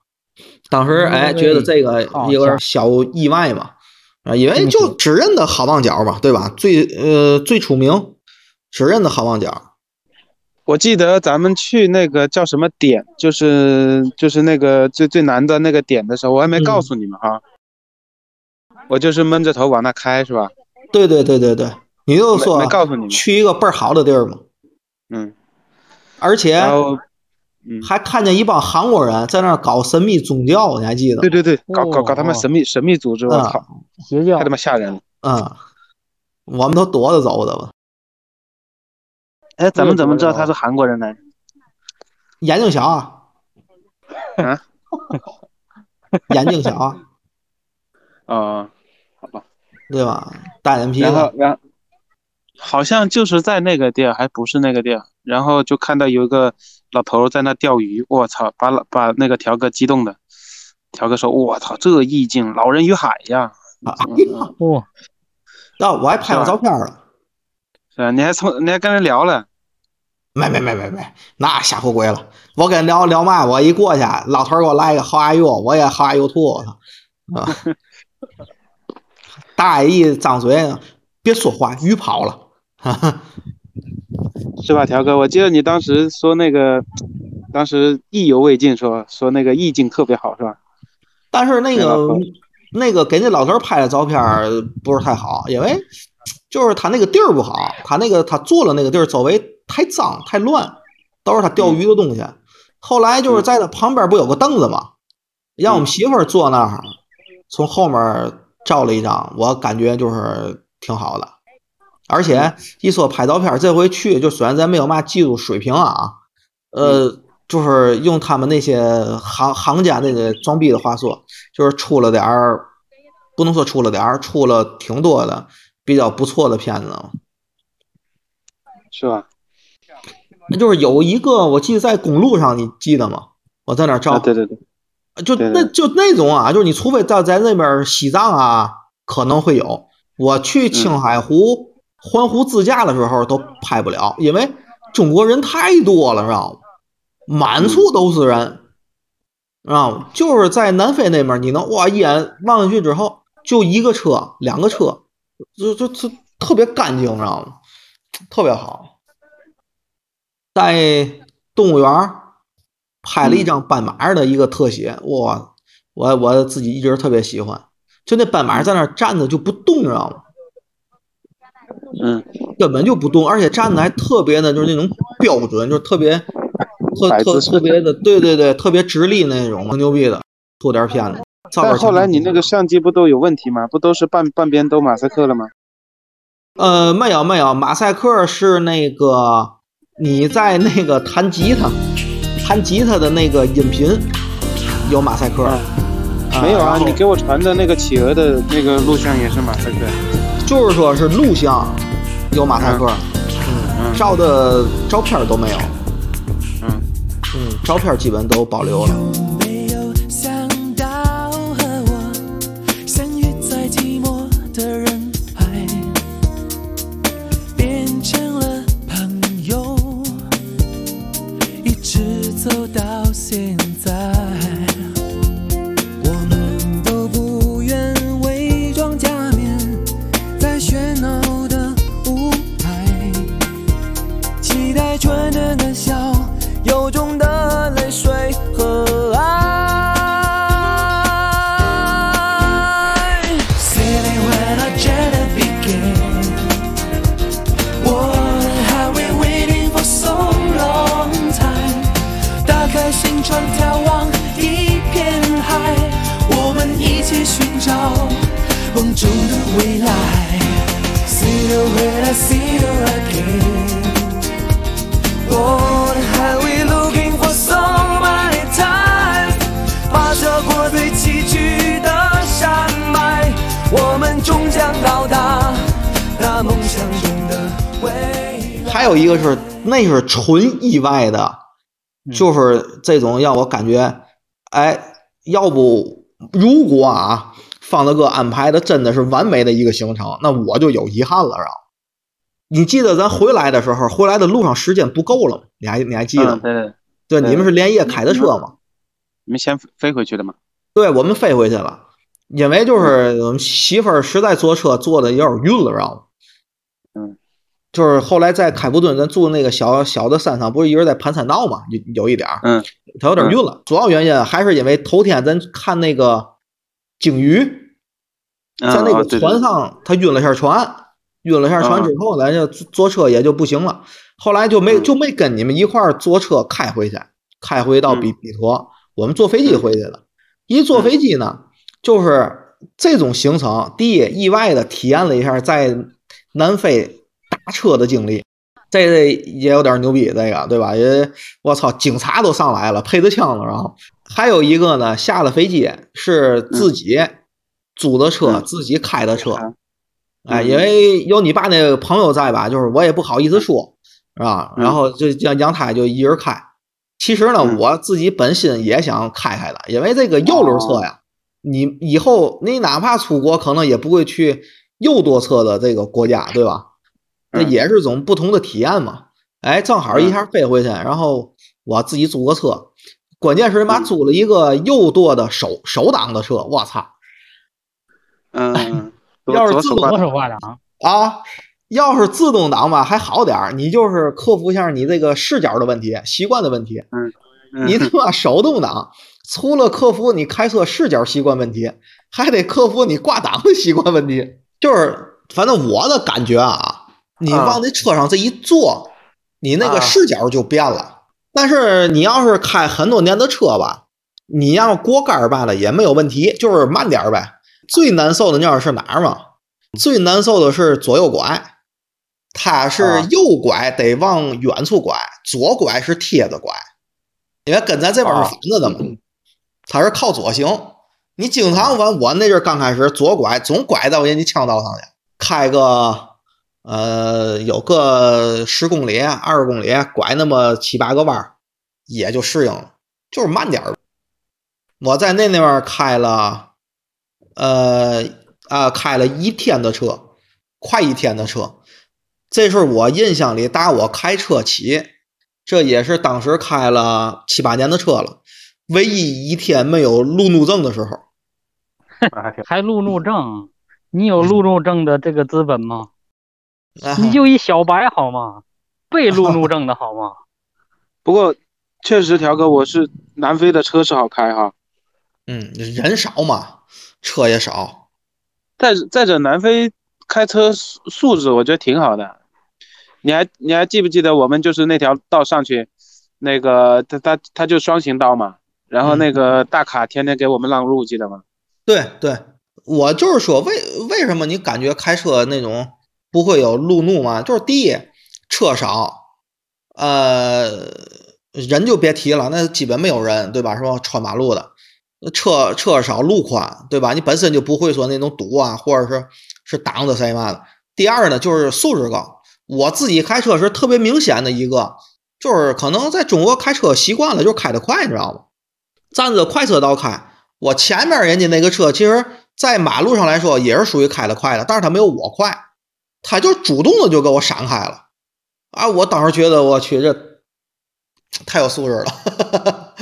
S3: 当时哎，
S1: 嗯
S3: 觉得这个
S1: 好
S3: 有点
S1: 像
S3: 小意外嘛，啊，因为
S1: 嗯
S3: 就只认得好望角嘛，对吧？最呃最出名，只认得好望角。
S2: 我记得咱们去那个叫什么点，就是就是那个最最难的那个点的时候，我还
S1: 嗯
S2: 没告诉你们哈，我就是闷着头往那开是吧？
S3: 对对对对对，你就说
S2: 没没告诉你们
S3: 去一个倍儿好的地儿嘛，
S2: 嗯，
S3: 而且
S2: 然后嗯，
S3: 还看见一帮韩国人在那儿搞神秘宗教，你还记得吗
S2: 对？对对，搞搞搞他们
S1: 哦
S2: 神秘神秘组织，我
S3: 啊
S2: 操，
S1: 邪教
S2: 太他妈吓人了！
S3: 嗯，我们都躲着走的吧，
S2: 哎，咱们怎么知道
S1: 这个
S2: 他是韩国人呢？
S3: 眼睛小啊，
S2: 啊
S3: 眼睛小啊，
S2: 哦，
S3: 对吧？单眼皮
S2: 然后
S3: 子，
S2: 然后好像就是在那个地儿，还不是那个地儿，然后就看到有一个老头儿在那钓鱼，我操，把老把那个条哥激动的，条哥说，我操，这意境，老人与海呀！
S3: 啊
S2: 嗯
S1: 哦，
S3: 那我还拍上照片了。
S2: 是啊，你还从你还跟人聊了，
S3: 没没没没没，那吓唬鬼了！我跟人聊聊嘛，我一过去，老头儿给我来一个 How are you，我也 How are you too，我操 啊！大爷一张嘴，别说话，鱼跑了。
S2: 是吧，条哥？我记得你当时说那个，当时意犹未尽说，说那个意境特别好，是吧？
S3: 但是那
S2: 对老
S3: 个
S2: 头儿
S3: 那个给那老头儿拍的照片儿不是太好，因为就是他那个地儿不好，他那个他坐的那个地儿周围太脏太乱，都是他钓鱼的东西。后来就是在他旁边不有个凳子吗？让我们媳妇儿坐那儿，从后面照了一张，我感觉就是挺好的。而且一说拍照片儿，这回去就虽然咱没有嘛技术水平啊，呃，就是用他们那些行行家那个装逼的话说，就是出了点儿，不能说出了点儿，出了挺多的比较不错的片子。
S2: 是吧？
S3: 就是有一个，我记得在公路上，你记得吗？我在那儿照，
S2: 啊，对对对，
S3: 就
S2: 对对
S3: 那就那种啊，就是你除非到咱那边西藏啊，可能会有。我去
S2: 嗯
S3: 青海湖环湖自驾的时候都拍不了，因为中国人太多了，知道吗？
S2: 嗯
S3: 满处都是人，啊，就是在南非那边，你能哇一眼望进去之后，就一个车，两个车，就就就特别干净，知道吗？特别好。在动物园儿拍了一张斑马的一个特写，哇，我我自己一直特别喜欢。就那斑马在那儿站着就不动，知道吗？
S2: 嗯，
S3: 根本就不动，而且站的还特别的，就是那种标准，就是特别特
S2: 摆
S3: 特
S2: 姿势
S3: 特别的，对对对，特别直立那种，挺牛逼的，出点片子。照点
S2: 但后来
S3: 片子
S2: 你那个相机不都有问题吗？不都是半半边都马赛克了吗？
S3: 呃，没有没有，马赛克是那个你在那个弹吉他，弹吉他的那个音频有马赛克，
S2: 嗯没有
S3: 然
S2: 啊，
S3: 后
S2: 你给我传的那个企鹅的那个录像也是马赛克。
S3: 就是说是录像有马赛克，嗯，
S2: 嗯
S3: 照的照片儿都没有，
S2: 嗯，
S3: 嗯，照片儿基本都保留了。
S4: 没有想到和我相遇在寂寞的人海，变成了朋友，一直走到现在。我们都不愿伪装假面，在喧闹的舞台。期待纯真的笑，由衷的泪水和爱。Sailing when our journey began，我们还 we waiting for so long time。打开心窗眺望一片海，我们一起寻找梦中的未来。See you when I see you again。Lord, have we looking for somebody time？跋涉过最崎岖的山脉，我们终将到达那梦想中的未来。
S3: 还有一个是，那是纯意外的，就是这种让我感觉，哎，要不如果啊，方大哥安排的真的是完美的一个行程，那我就有遗憾了，是吧？你记得咱回来的时候，回来的路上时间不够了吗？你还你还记得
S2: 嗯，
S3: 吗？
S2: 对对，
S3: 对，
S2: 对
S3: 你们是连夜开的车吗？
S2: 你们先飞回去的嘛。嗯
S3: 对，我们飞回去了，因为就是我们媳妇儿实在坐车坐的有点晕了，知道吗？
S2: 嗯，
S3: 就是后来在开普敦咱住那个小小的山上，不是一直在盘山道嘛，有有一点儿，
S2: 嗯，
S3: 它有点晕了。主要原因啊还是因为头天咱看那个鲸鱼，在那
S2: 啊
S3: 个
S2: 对对
S3: 船上，他晕了下船，晕了下船之后，咱就坐坐车也就不行了。后来就没
S2: 嗯
S3: 就没跟你们一块儿坐车开回去，开回
S2: 嗯
S3: 到比比陀，我们坐飞机回去的。一坐飞机
S2: 嗯
S3: 呢，就是这种行程，第一意外的体验了一下在南非打车的经历。这这也有点牛逼，这个对吧？也我操，警察都上来了，配着枪了。然后还有一个呢，下了飞机是自己租的车，
S2: 嗯
S3: 自己开的车。
S2: 嗯
S3: 哎，因为有你爸那个朋友在吧，就是我也不好意思说，是吧？
S2: 嗯
S3: 然后就让让他就一人开。其实呢，
S2: 嗯
S3: 我自己本心也想开开的，因为这个右轮车
S2: 哦
S3: 呀，你以后你哪怕出国，可能也不会去右舵车的这个国家，对吧？那
S2: 嗯
S3: 也是种不同的体验嘛。哎，正好一下飞回去，然后我自己租个车，关键是妈
S2: 嗯
S3: 租了一个右舵的手手挡的车，我操！
S2: 嗯嗯，左
S3: 要是
S2: 左
S3: 自
S2: 手
S3: 动
S2: 挂
S1: 左手挂挡，
S3: 啊，要是自动挡吧还好点儿，你就是克服一下你这个视角的问题、习惯的问题。
S2: 嗯
S3: 你他妈手动挡，除了克服你开车视角习惯问题，还得克服你挂档的习惯问题。就是，反正我的感觉啊，你
S2: 啊
S3: 往那车上这一坐，你那个
S2: 啊
S3: 视角就变了。但是你要是开很多年的车吧，你要过杆儿罢了也没有问题，就是慢点儿呗。最难受的你知道是哪儿吗？最难受的是左右拐，它是
S2: 啊
S3: 右拐得往远处拐，左拐是贴着拐，因为跟咱这边是
S2: 啊
S3: 反着的嘛，它是靠左行。你经常往我那阵儿刚开始左拐，总拐到人家枪道上去，开个呃有个十公里、二十公里，拐那么七八个弯儿，也就适应了，就是慢点儿。我在那那边儿开了，呃啊、开了一天的车，快一天的车，这是我印象里打我开车起，这也是当时开了七八年的车了，唯一一天没有路怒症的时候。
S1: 还路怒症，你有路怒症的这个资本吗？
S3: 哎
S1: 你就一小白好吗？被路怒症的好吗？
S2: 不过确实，条哥，我是南非的车是好开哈。
S3: 嗯，人少嘛，车也少。
S2: 再再者，南非开车素素质我觉得挺好的。你还你还记不记得我们就是那条道上去，那个他他他就双行道嘛，然后那个大卡天天给我们让路，记得吗？
S3: 对对，我就是说，为为什么你感觉开车那种不会有路怒嘛？就是第一，车少，呃，人就别提了，那基本没有人，对吧？是吧？穿马路的，车车少，路宽，对吧？你本身就不会说那种堵啊，或者是是挡着谁嘛的。第二呢，就是素质高。我自己开车时特别明显的一个，就是可能在中国开车习惯了，就开得快，你知道吗？站着快车道开，我前面人家那个车，其实在马路上来说也是属于开得快的，但是他没有我快，他就主动的就给我闪开了。啊，我当时觉得我去这太有素质了，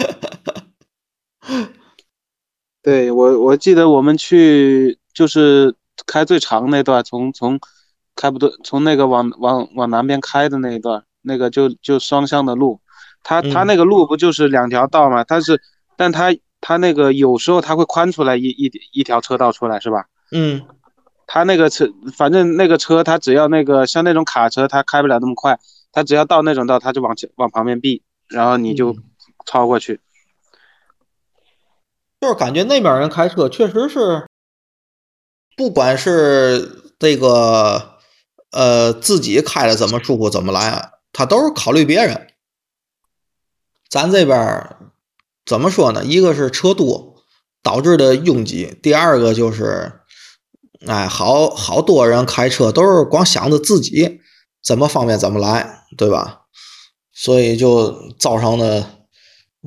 S2: 对我我记得我们去就是开最长那段，从从开不对，从那个往往往南边开的那一段，那个就就双向的路，它它
S3: 嗯
S2: 那个路不就是两条道嘛？它是，但它它那个有时候它会宽出来一一一条车道出来是吧？
S3: 嗯
S2: 它那个车，反正那个车它只要那个像那种卡车，它开不了那么快，它只要到那种道，它就往前往旁边避，然后你就超过去。
S3: 就是感觉那边人开车确实是，不管是这个呃自己开的怎么舒服怎么来，啊他都是考虑别人。咱这边儿怎么说呢？一个是车多导致的拥挤，第二个就是，哎，好好多人开车都是光想着自己怎么方便怎么来，对吧？所以就造成的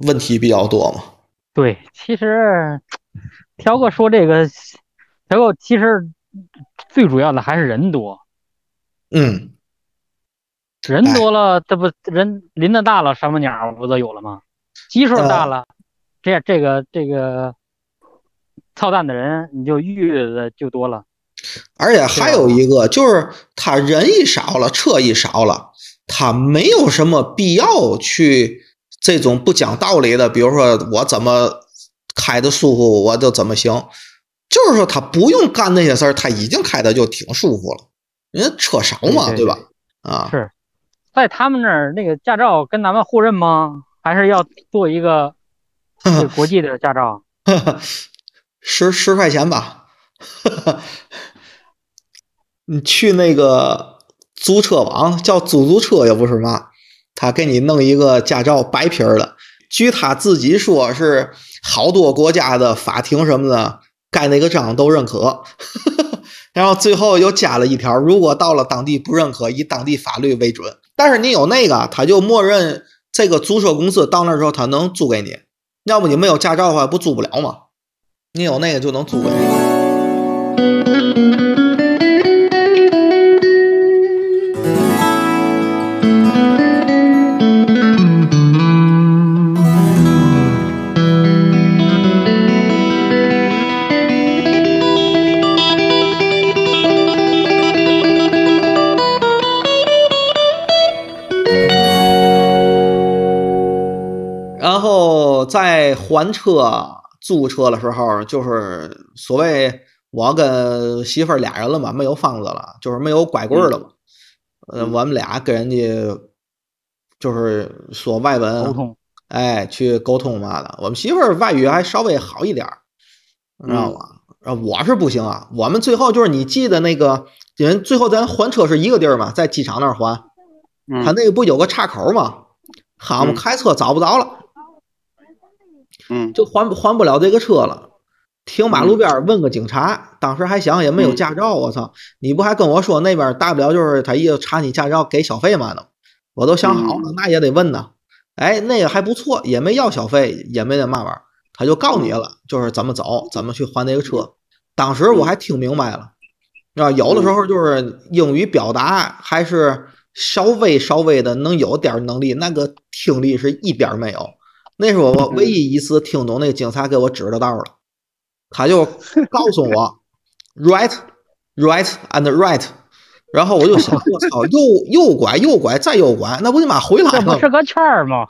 S3: 问题比较多嘛。
S1: 对，其实条哥说这个，条哥其实最主要的还是人多，
S3: 嗯。
S1: 人多了，这不人林子大了，什么鸟儿不都有了吗？基数大了，这这个这个操蛋的人你就遇的就多了。
S3: 而且还有一
S1: 啊
S3: 个就是，他人一少了，车一少了，他没有什么必要去这种不讲道理的，比如说我怎么开的舒服，我就怎么行。就是说，他不用干那些事儿，他已经开的就挺舒服了。人家车少嘛，
S1: 对对
S3: 对吧？啊，
S1: 是在他们那儿那个驾照跟咱们互认吗？还是要做一 个对国际的驾照？
S3: 十十块钱吧。你去那个租车网叫租租车也不是嘛，他给你弄一个驾照白皮儿的。据他自己说是好多国家的法庭什么的盖那个章都认可， 然后最后又加了一条，如果到了当地不认可，以当地法律为准。但是你有那个，他就默认这个租车公司到那儿之后他能租给你，要不你没有驾照的话不租不了嘛。你有那个就能租给人。然后在还车、租车的时候，就是所谓我跟媳妇儿俩人了嘛，没有房子了，就是没有拐棍儿了嘛。
S1: 嗯
S3: 呃，我们俩跟人家就是说外文
S1: 沟通
S3: 哎，去沟通嘛的。我们媳妇儿外语还稍微好一点儿，你知道吗？
S1: 嗯
S3: 然后我是不行啊。我们最后就是你记得那个人，最后咱还车是一个地儿嘛，在机场那儿还。他
S2: 嗯
S3: 那个不有个岔口嘛？好，我们
S2: 嗯
S3: 开车找不着了，
S2: 嗯
S3: 就还不还不了这个车了。停马路边儿问个警察，当时还想也
S2: 嗯
S3: 没有驾照，我操！你不还跟我说那边儿大不了就是他一查你驾照给小费嘛的，我都想好了，
S2: 嗯
S3: 那也得问呢。哎，那个还不错，也没要小费，也没那嘛玩意儿，他就告你
S2: 嗯
S3: 了，就是怎么走，怎么去还那个车。当时我还听明白了，啊，有的时候就是英语表达还是稍微稍微的能有点儿能力，那个听力是一点儿没有。那是我我唯一一次听懂那个警察给我指的道儿了，他就告诉我 right right and right，然后我就想我操，右右拐右拐再右拐，那不就妈回来
S1: 这
S3: 了
S1: 不
S3: 吗
S1: 是？个圈儿吗？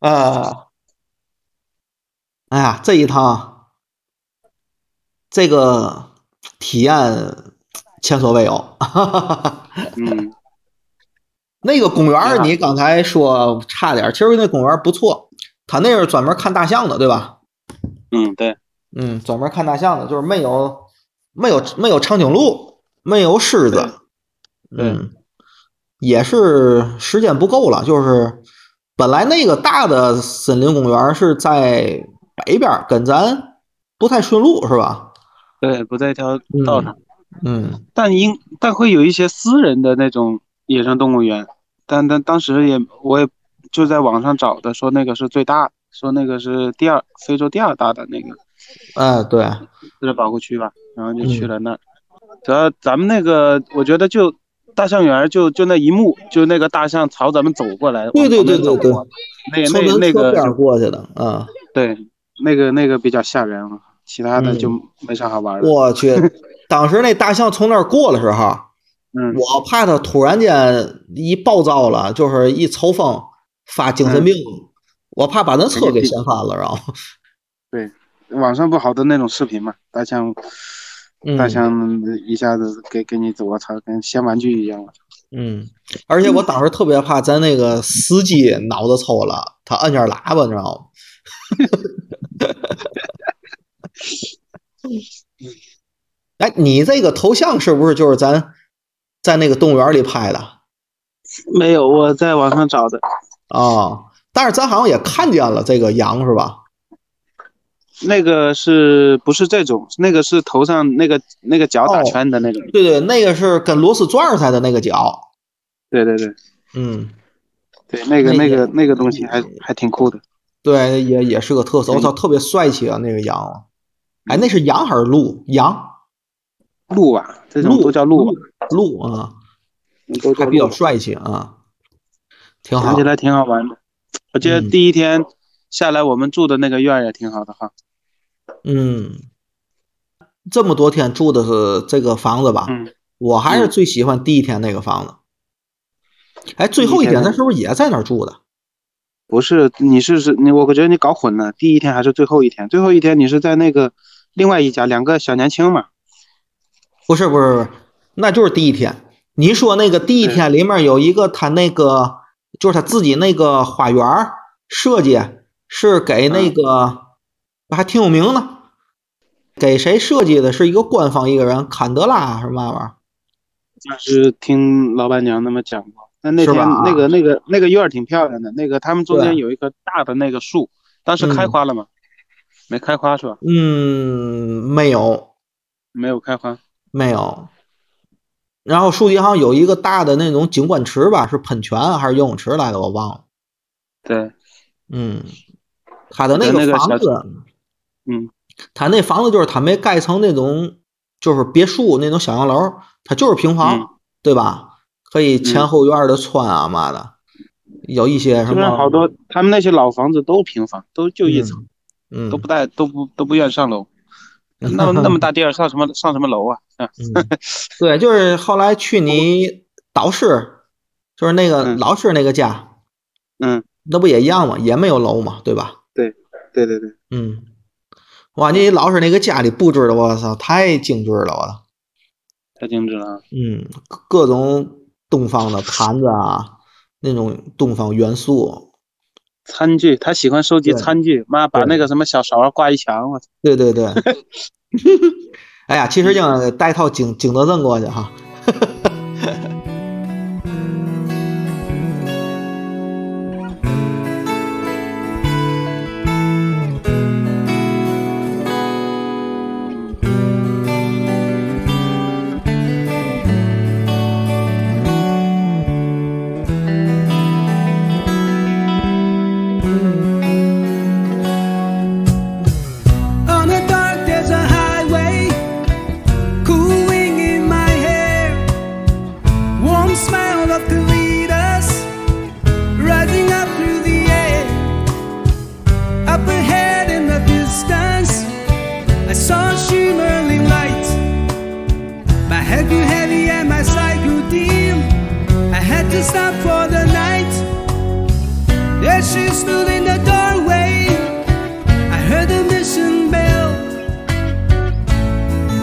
S3: 啊，哎呀，这一趟，这个体验前所未有。
S2: 嗯
S3: 那个公园
S2: 挺
S3: 儿，
S2: 好
S3: 你刚才说差点儿，其实那公园儿不错，他那是专门看大象的，对吧？
S2: 嗯，对，
S3: 嗯，专门看大象的，就是没有没有没有长颈鹿，没有狮子，
S1: 对
S3: 嗯，也是时间不够了。就是本来那个大的森林公园是在北边儿，跟咱不太顺路，是吧？
S2: 对，不在一条道上，
S3: 嗯，
S2: 但应但会有一些私人的那种野生动物园，但但当时也我也就在网上找的，说那个是最大，说那个是第二非洲第二大的那个
S3: 哎，对，
S2: 自治保护区吧，然后就去了那儿。
S3: 嗯
S2: 主要咱们那个，我觉得就大象园儿就就那一幕，就那个大象朝咱们走过来，
S3: 对对
S2: 往旁边
S3: 对对
S2: 走过那
S3: 从
S2: 那
S3: 咱
S2: 那
S3: 车
S2: 个
S3: 边儿
S2: 就
S3: 过去的，啊，
S2: 对，那个那个比较吓人了，啊其他的就没啥好玩的。
S3: 嗯我去，当时那大象从那儿过的时候，
S2: 嗯，
S3: 我怕它突然间一暴躁了，就是一抽风发精神病，我怕把咱车给掀翻了，然后，
S2: 网上不好多那种视频嘛，大象
S3: 嗯
S2: 大象一下子给给你，我操，跟掀玩具一样了。
S3: 嗯，而且我当时特别怕咱那个司机脑子抽了，他摁下喇叭，你知道吗？ 哎，你这个头像是不是就是咱在那个动物园里拍的啊、
S2: 没有，我在网上找的，
S3: 啊但是咱好像也看见了这个羊是吧？
S2: 那个是不是这种？那个是头上那个那个脚打
S3: 哦
S2: 圈的那种。
S3: 对对，那个是跟螺丝转似的那个脚。
S2: 对对对。
S3: 嗯，
S2: 对，那个
S3: 那
S2: 那
S3: 个
S2: 个那个东西还还挺酷的，
S3: 对，也也是个特色。我
S2: 嗯
S3: 操，特别帅气啊，那个羊。哎，那是羊还是鹿？羊，
S2: 鹿啊，这种
S3: 鹿
S2: 都叫鹿啊，
S3: 鹿啊，
S2: 都
S3: 还
S2: 叫
S3: 比较
S2: 鹿，
S3: 帅气啊，挺好
S2: 嗯想起。来挺好玩的。我记得
S3: 嗯
S2: 第一天下来我们住的那个院儿也挺好的哈。
S3: 嗯，这么多天住的是这个房子吧？
S2: 嗯，
S3: 我还是最喜欢第一天那个房子。哎，最后一天他是不是也在那儿住的？
S2: 不是，你是是你，我觉得你搞混了，第一天还是最后一天？最后一天你是在那个另外一家两个小年轻嘛？
S3: 不是，不是，不是，那就是第一天。您说那个第一天里面有一个他那个，就是他自己那个花园儿设计是给那个、还挺有名的，给谁设计的？是一个官方一个人，坎德拉什么玩意儿？
S2: 就是听老板娘那么讲过。那那
S3: 是
S2: 天
S3: 吧
S2: 那个那个那个院儿挺漂亮的，那个他们中
S3: 对
S2: 间有一棵大的那个树，当时开
S3: 嗯
S2: 花了吗？没开花是吧？
S3: 嗯，没有，
S2: 没有开花。
S3: 没有。然后树底好像有一个大的那种景观池吧，是喷泉还是游泳池来的，我忘了。
S2: 对，
S3: 嗯，他的那
S2: 那
S3: 个
S2: 个
S3: 房
S2: 小
S3: 子，
S2: 嗯，
S3: 他那房子就是他没盖成那种就是别墅那种小洋楼，它就是平房，
S2: 嗯
S3: 对吧？可以前
S2: 嗯
S3: 后院的穿啊嘛的，有一些什
S2: 这边
S3: 么
S2: 好多他们那些老房子都平房，都就一层，
S3: 嗯，
S2: 都不带都不都不愿上 楼。
S3: 嗯
S2: 那么那么大地儿上什么上什么楼啊？啊，
S3: 嗯，对，就是后来去你导师，就是那个
S2: 嗯
S3: 老师那个家，
S2: 嗯，
S3: 那不也一样吗？也没有楼嘛，对吧？
S2: 对对对，
S3: 嗯，哇，你老师那个家里布置的，我操，太精致了，我操，
S2: 太精致了啊。
S3: 嗯，各种东方的盘子啊，那种东方元素，
S2: 餐具，他喜欢收集
S3: 对
S2: 餐具，妈把
S3: 对
S2: 那个什么小勺挂一墙，我操，
S3: 对对 对，哎呀，其实应带套景景德镇过去哈，
S4: On a dark desert highway, cool wind in my hair, warm smell of Doritos rising up through the air. Up ahead in the distance, I saw a shimmering light. My head grew heavy and my sight grew dim. I had to stop for the night. There she stood in the doorway. I heard the mission bell.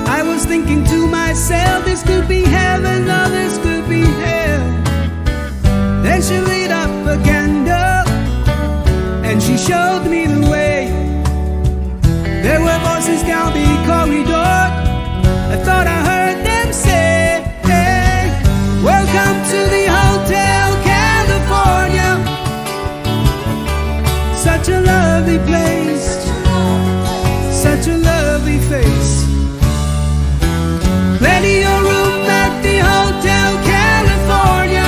S4: I was thinking to myself, this could be heaven or this could be hell. Then she lit up a candle and she showed me the way. There were voices down the corridor. I thought I heard them say, Welcome to the Hotel California. Such a lovely place. Such a lovely face. Plenty of room at the Hotel California.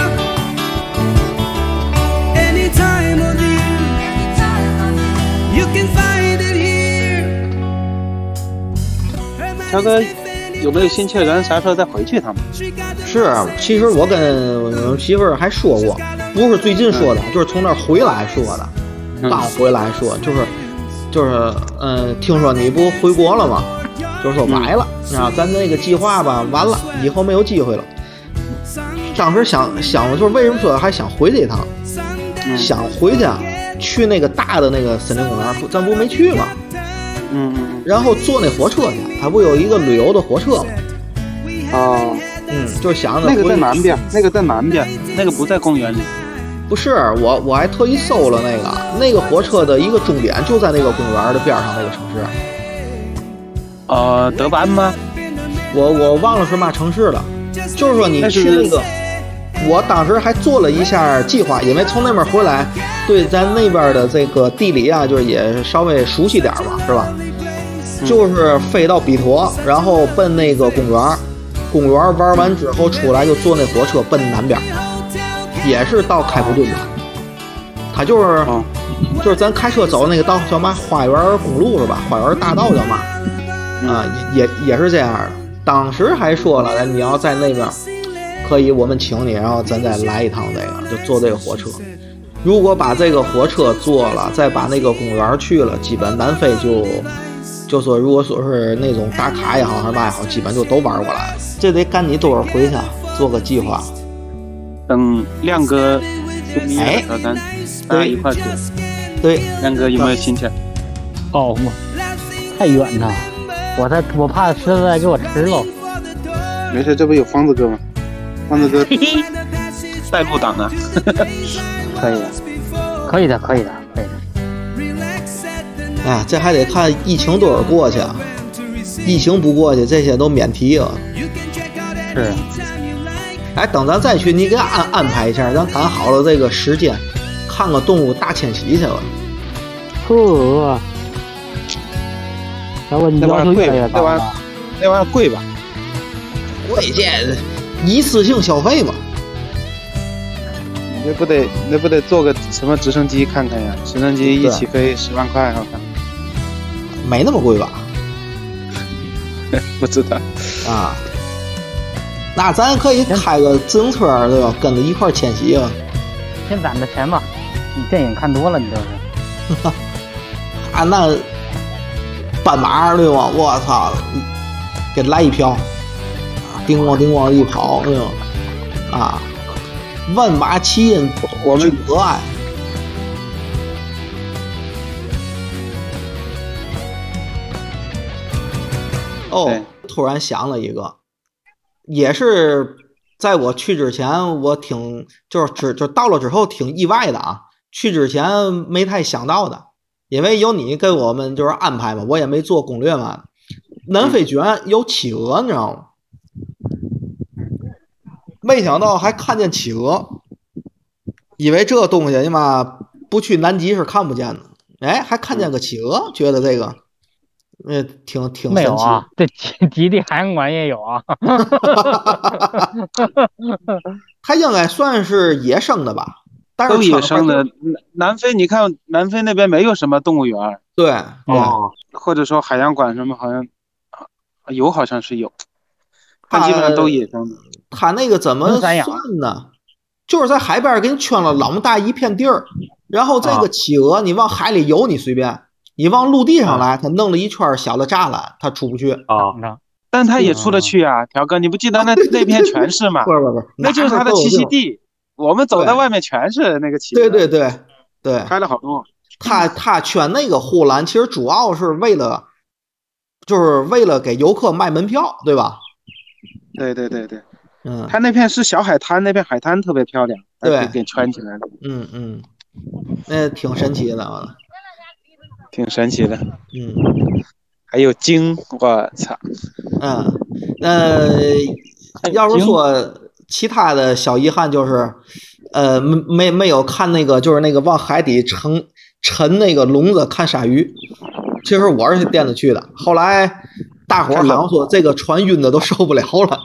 S4: Any time of the year. You can find it here.
S2: 涛哥有没有心切？咱啥时候再回去他们？
S3: 是，啊其实我跟我媳妇儿还说过，不是最近说的，就是从那儿回来说的，刚回来说，就是就是，嗯、听说你不回国了吗？就是说白了，啊，咱那个计划吧，完了，以后没有机会了。当时想想，就是为什么说还想回这一趟？
S2: 嗯
S3: 想回去啊，去那个大的那个森林公园，不，咱不没去吗？
S2: 嗯嗯
S3: 然后坐那火车去，它不有一个旅游的火车吗？
S2: 嗯，哦，
S3: 嗯，就是想着
S2: 那个
S3: 回
S2: 在
S3: 去
S2: 南边，那个在南边，那个不在公园里。
S3: 不是我，我还特意搜了那个那个火车的一个终点，就在那个公园的边上那个城市，
S2: 呃，德班吗？
S3: 我我忘了是嘛城市了。就是说你
S2: 那是
S3: 去那个，我当时还做了一下计划，因为从那边回来，对咱那边的这个地理啊，就是也稍微熟悉点儿嘛，是吧？
S2: 嗯
S3: 就是飞到比陀，然后奔那个公园，公园玩完之后出来就坐那火车奔南边，也是到开普敦吧。它就是
S2: 哦，
S3: 就是咱开车走那个道叫嘛花园公路是吧？花园大道叫嘛？啊、也也也是这样的。当时还说了，哎你要在那边，可以我们请你，然后咱再来一趟这个，就坐这个火车。如果把这个火车坐了，再把那个公园去了，基本南非就就说，如果说是那种打卡也好还是嘛也好，基本就都玩过来了。这得赶你多少回去啊做个计划。
S2: 等亮哥度蜜月
S3: 哎
S2: 的时候，咱大家一块去。
S3: 对，
S2: 亮哥有没有兴趣？
S1: 好
S3: 哦
S1: 嘛，太远了，我他我怕狮子再给我吃喽。
S2: 没事，这不有方子哥吗？方 子哥 带路党啊，
S1: 可以的，
S3: 啊
S1: 可以的，可以的，可以的。
S3: 哎，这还得看疫情多少过去啊。疫情不过去，这些都免提啊。
S1: 是，
S3: 哎，等咱再去，你给安安排一下，咱赶好了这个时间，看个动物大迁徙去吧。
S1: 呵，小伙，你
S2: 那
S1: 要
S2: 玩意
S1: 求
S2: 儿
S1: 越
S2: 贵
S1: 来越
S2: 吧？那
S1: 高
S2: 玩意
S1: 了
S2: 儿。那玩意儿贵吧？
S3: 贵这一次性消费嘛。
S2: 那不得那不得坐个什么直升机看看呀？直升机一
S1: 啊
S3: 对
S2: 起飞十万块，啊好像
S3: 没那么贵吧？
S2: 不知道。
S3: 啊，那咱可以开个自行车儿，对吧？跟着一块儿迁徙啊！
S1: 先攒着钱吧，你电影看多了，你这是。
S3: 啊，那斑马对吧？我操，给来一票，叮咣叮咣一跑，对吧？啊，万马齐喑，
S2: 我们
S3: 俱可爱。哦
S2: 对，
S3: 突然想了一个，也是在我去之前，我挺就是只就到了之后挺意外的啊，去之前没太想到的，因为有你给我们就是安排嘛，我也没做攻略嘛。南非居然有企鹅，你知道吗？没想到还看见企鹅，以为这东西嘛不去南极是看不见的，哎，还看见个企鹅，觉得这个，呃，挺挺
S1: 没
S3: 神
S1: 有
S3: 奇。嗯
S1: 啊，这极 极地海洋馆也有啊。
S3: 它应该算是野生的吧？但是
S2: 都野
S3: 场上
S2: 生的，南南非你看，南非那边没有什么动物园儿，
S3: 对对，
S1: 哦，
S2: 或者说海洋馆什么，好像啊有好像是有，但
S3: 它
S2: 基本上都野生的。
S3: 它那个怎么
S1: 能散
S3: 算
S1: 养
S3: 呢？就是在海边给你圈了老么大一片地儿，然后这
S1: 啊
S3: 个企鹅你往海里游你随便，你往陆地
S2: 啊
S3: 上来，它弄了一圈小的栅栏，它出不去。
S5: 啊
S1: 你知道
S2: 但它也出得去啊，条哥，你不记得那那片全是 吗
S3: 不？是不是不是，
S2: 那就是它
S3: 它
S2: 的栖息。地。我们走在
S3: 对
S2: 外面全是那个企鹅，
S3: 对对对对，
S2: 拍了好多。
S3: 它
S2: 嗯
S3: 它圈那个护栏，其实主要是为了，就是为了给游客卖门票，对吧？
S2: 对对对对，
S3: 嗯
S2: 它那片是小海滩，那片海滩特别漂亮，它
S3: 对
S2: 给给圈起来了，
S3: 嗯嗯，那挺神奇的，我
S2: 挺神奇的。
S3: 嗯。
S2: 还有鲸，我操！
S3: 嗯，呃，要是说其他的小遗憾就是，呃，没没没有看那个，就是那个往海底沉沉那个笼子看鲨鱼。其实我是惦着去的，后来大伙儿好像说这个船晕的都受不了 了。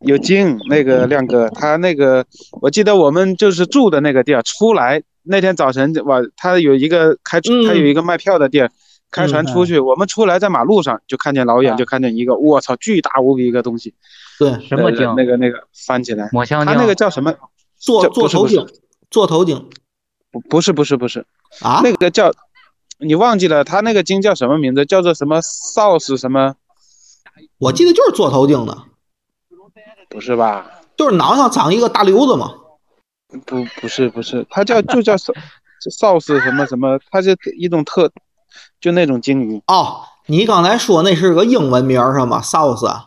S2: 有鲸，那个
S1: 嗯
S2: 亮哥，他那个，我记得我们就是住的那个地儿，出来那天早晨，我他有一个开，
S3: 嗯
S2: 他有一个卖票的地儿，开
S1: 嗯
S2: 船出去，我们出来在马路上就看见老远
S1: 啊
S2: 就看见一个，我操，巨大无比一个东西，
S3: 对，
S1: 什么
S2: 呃
S1: 鲸？
S2: 那个那个翻起来，
S1: 抹香
S2: 他
S1: 鲸。
S2: 那个叫什么？
S3: 做
S2: 这
S3: 做
S2: 不是
S3: 头
S2: 不是
S3: 颈，做头颈
S2: 不不是不是不是，
S3: 啊，
S2: 那个叫，你忘记了，他那个鲸叫什么名字？叫做什么 sauce 什么？
S3: 我记得就是做头颈的，
S2: 不是吧？
S3: 就是脑袋上长一个大瘤子嘛。
S2: 不，不是，不是，它 叫就叫 s a 是什么什么，它是一种特，就那种鲸鱼，
S3: 哦，你刚才说那是个英文名儿是吗？sauce 啊。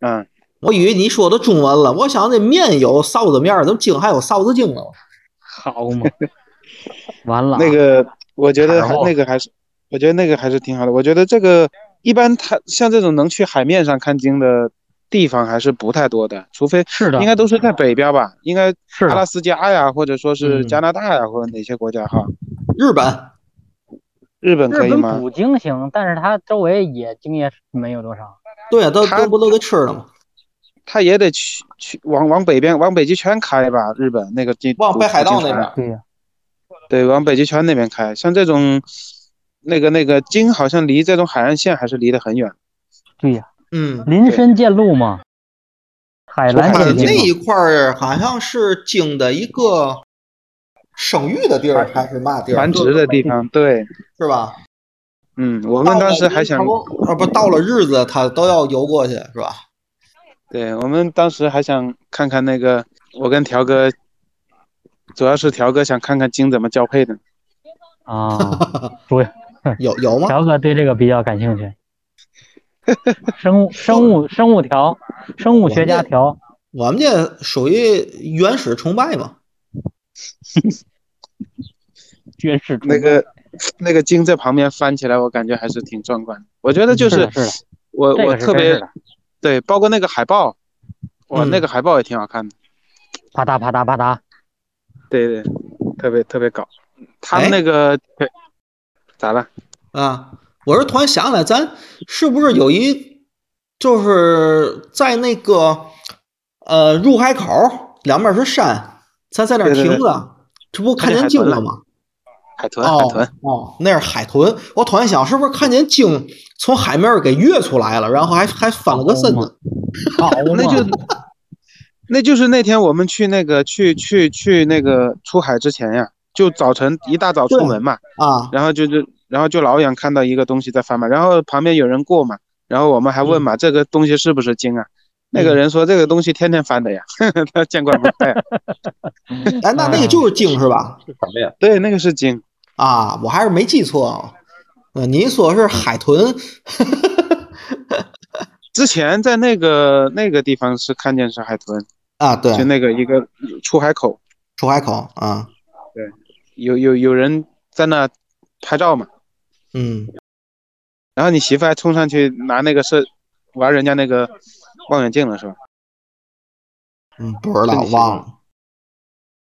S2: 嗯，
S3: 我以为你说的中文了，我想这面有臊子面儿，怎么京还有臊子京了？
S1: 好 嘛，完了啊。
S2: 那个我觉得
S1: 然
S2: 还
S1: 后
S2: 那个还是，我觉得那个还是挺好的。我觉得这个一般它像这种能去海面上看鲸的地方还是不太多的，除非
S1: 是的
S2: 应，该都是在北边吧，应该
S1: 是啊
S2: 阿拉
S1: 的，
S2: 斯加呀，或者说是
S3: 嗯
S2: 加拿大呀，或者哪些国家哈。
S3: 日本
S2: 日本可
S1: 日
S2: 以
S1: 本
S2: 吗？
S1: 捕鲸行，但是它周围也鲸也没有多少。
S3: 对呀，都
S2: 他
S3: 都不都给吃了吗？
S2: 它也得去去往往北边往北极圈开吧，日本那个鲸
S3: 往北海道那边儿，
S1: 对呀，
S2: 对，往北极圈那边开。像这种，那个那个鲸，好像离这种海岸线还是离得很远。
S1: 对呀，
S3: 嗯，
S1: 林深见鹿嘛，海蓝
S2: 出海
S3: 它
S1: 见鲸
S2: 的
S3: 那
S1: 嘛。
S3: 一块儿好像是京的一个生育的地儿还是嘛地
S1: 啊
S3: 儿？
S2: 繁殖的地方，对，
S3: 是吧？
S2: 嗯，我们当时还想，
S3: 啊，不到了日子他都要游过去，是 吧？
S2: 对我们当时还想看看那个，我跟条哥，主要是条哥想看看鲸怎么交配的。
S1: 啊，主要
S3: 有有吗？
S1: 条哥对这个比较感兴 趣。生物生物生物条，生物学家条，
S3: 我们这属于原始崇拜嘛？
S1: 绝世
S2: 那个那个鲸在旁边翻起来，我感觉还是挺壮观的。我觉得就是是
S1: 的是的，
S2: 我
S1: 这
S2: 我
S1: 个是
S2: 特
S1: 真
S2: 别
S1: 是的，
S2: 对，包括那个海报，哇，
S3: 嗯
S2: 那个海报也挺好看的。
S1: 啪嗒啪嗒啪嗒，
S2: 对对，特别特别搞。他
S3: 哎
S2: 们那个对咋了？
S3: 啊，我是突然想起来，咱是不是有一就是在那个呃入海口两边是山，咱在那儿
S2: 对对对
S3: 停着，这不看
S2: 看见
S3: 见
S2: 海
S3: 鲸
S2: 豚
S3: 了
S2: 了
S3: 吗？
S2: 海豚，海
S3: 哦
S2: 豚，
S3: 哦，那是海豚。我突然想，是不是看见鲸从海面儿给跃出来了，然后还还翻了个身子？
S1: 好
S2: 那就
S1: 嘛，
S2: 那就是那天我们去那个去去去那个出海之前呀，就早晨一大早出门嘛，
S3: 啊，
S2: 然后就是然后就老远看到一个东西在翻嘛，然后旁边有人过嘛，然后我们还问嘛，这个东西是不是鲸啊？那个人说这个东西天天翻的呀， 他见怪不怪。啊
S3: 哎，那那个就是鲸是吧？
S5: 是什么呀？
S2: 对，那个是鲸，
S3: 啊，我还是没记错啊。呃您说是海豚？
S2: 之前在那个那个地方是看见是海豚，
S3: 啊，
S2: 就
S3: 对，
S2: 那个一个出海口，
S3: 出海口啊，
S2: 有有有人在那拍照嘛，
S3: 嗯，
S2: 然后你媳妇还冲上去拿那个是玩人家那个望远镜了是吧？
S3: 嗯，不知
S2: 这
S3: 道
S2: 你信吗
S3: 忘了。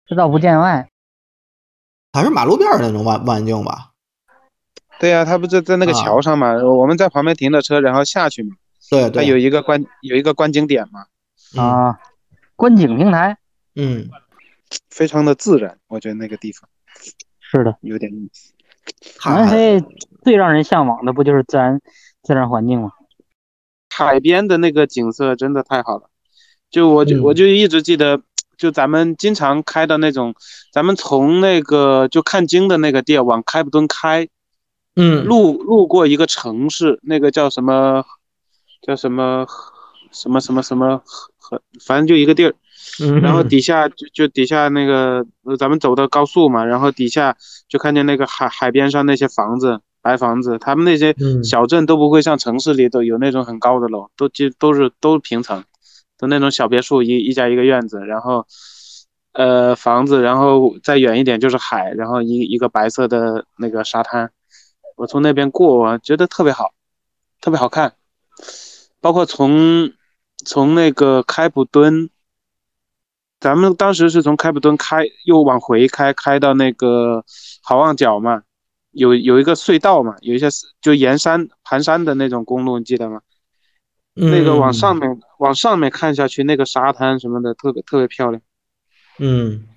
S1: 知道不见外，
S3: 它是马路边儿那种望望远镜吧？
S2: 对呀、他不是在那个
S3: 啊
S2: 桥上嘛，我们在旁边停了车，然后下去嘛，
S3: 对
S2: 它
S3: 对，
S2: 有一个观有一个观景点嘛，
S3: 啊，
S1: 啊，观景平台
S3: 嗯，
S2: 非常的自然，我觉得那个地方
S1: 是的，
S2: 有点意思。啊
S1: 南
S3: 它
S1: 非最让人向往的不就是自然自然环境吗？
S2: 海边的那个景色真的太好了，就我就、
S3: 嗯
S2: 我就一直记得，就咱们经常开的那种，咱们从那个就看鲸的那个店往开普敦开，
S3: 嗯
S2: 路路过一个城市，那个叫什么，叫什么什么什么什么，和反正就一个地儿。
S3: 嗯
S2: 然后底下就就底下那个，呃咱们走的高速嘛，然后底下就看见那个海海边上那些房子，白房子，他们那些
S3: 嗯
S2: 小镇都不会像城市里都有那种很高的楼，都就都是都是平层，都那种小别墅一一家一个院子，然后呃房子，然后再远一点就是海，然后一一个白色的那个沙滩，我从那边过，我觉得特别好，特别好看，包括从从那个开普敦。咱们当时是从开普敦开，又往回开，开到那个好望角嘛，有有一个隧道嘛，有一些就沿山盘山的那种公路，你记得吗？
S3: 嗯
S2: 那个往上，面往上面看下去，那个沙滩什么的，特别特别漂亮。
S3: 嗯，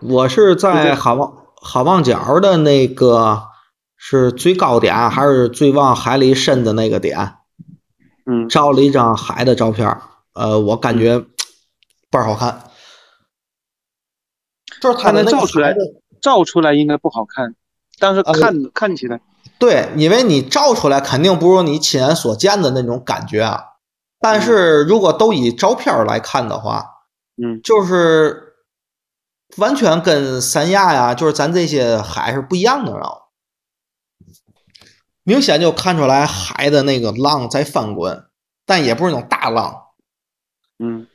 S3: 嗯我是在好望好望角的那个是最高点啊还是最往海里深的那个点，
S2: 嗯，
S3: 照了一张海的照片儿，呃，我感觉倍儿好看，就是
S2: 它
S3: 它的
S2: 能
S3: 那个
S2: 照出来
S3: 海的
S2: 照出来应该不好看，但是
S3: 呃
S2: 看、看起来，
S3: 对，因为你照出来肯定不如你亲眼所见的那种感觉啊。但是如果都以照片儿来看的话，
S2: 嗯，
S3: 就是完全跟三亚呀，就是咱这些海是不一样的了。明显就看出来海的那个浪在翻滚，但也不是那种大浪。
S2: 嗯，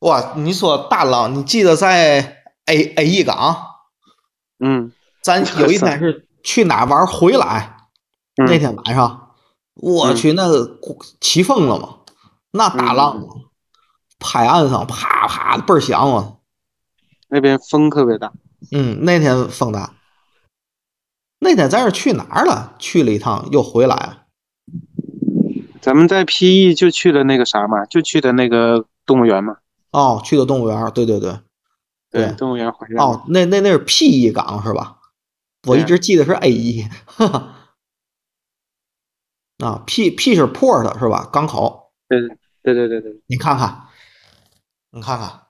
S3: 哇，你说大浪，你记得在 A A 一港，
S2: 嗯，
S3: 咱有一天是去哪玩儿回来，
S2: 嗯
S3: 那天晚上，我去，那个起风了嘛，那大浪啊，拍岸上啪啪的倍儿响啊。
S2: 那边风特别大。
S3: 嗯，那天风大。那天咱是去哪儿了？去了一趟又回来了。
S2: 咱们在 PE 就去了那个啥嘛，就去的那个动物园嘛，
S3: 哦，去的动物园儿，对对对，对
S2: 动物园回来。
S3: 哦，那那那是 P 一港是吧？我一
S2: 对
S3: 直记得是 A 一， 哈哈。啊，P P 是 port 是吧？港口，
S2: 对对对对，
S3: 你看看，你看看，
S2: 啊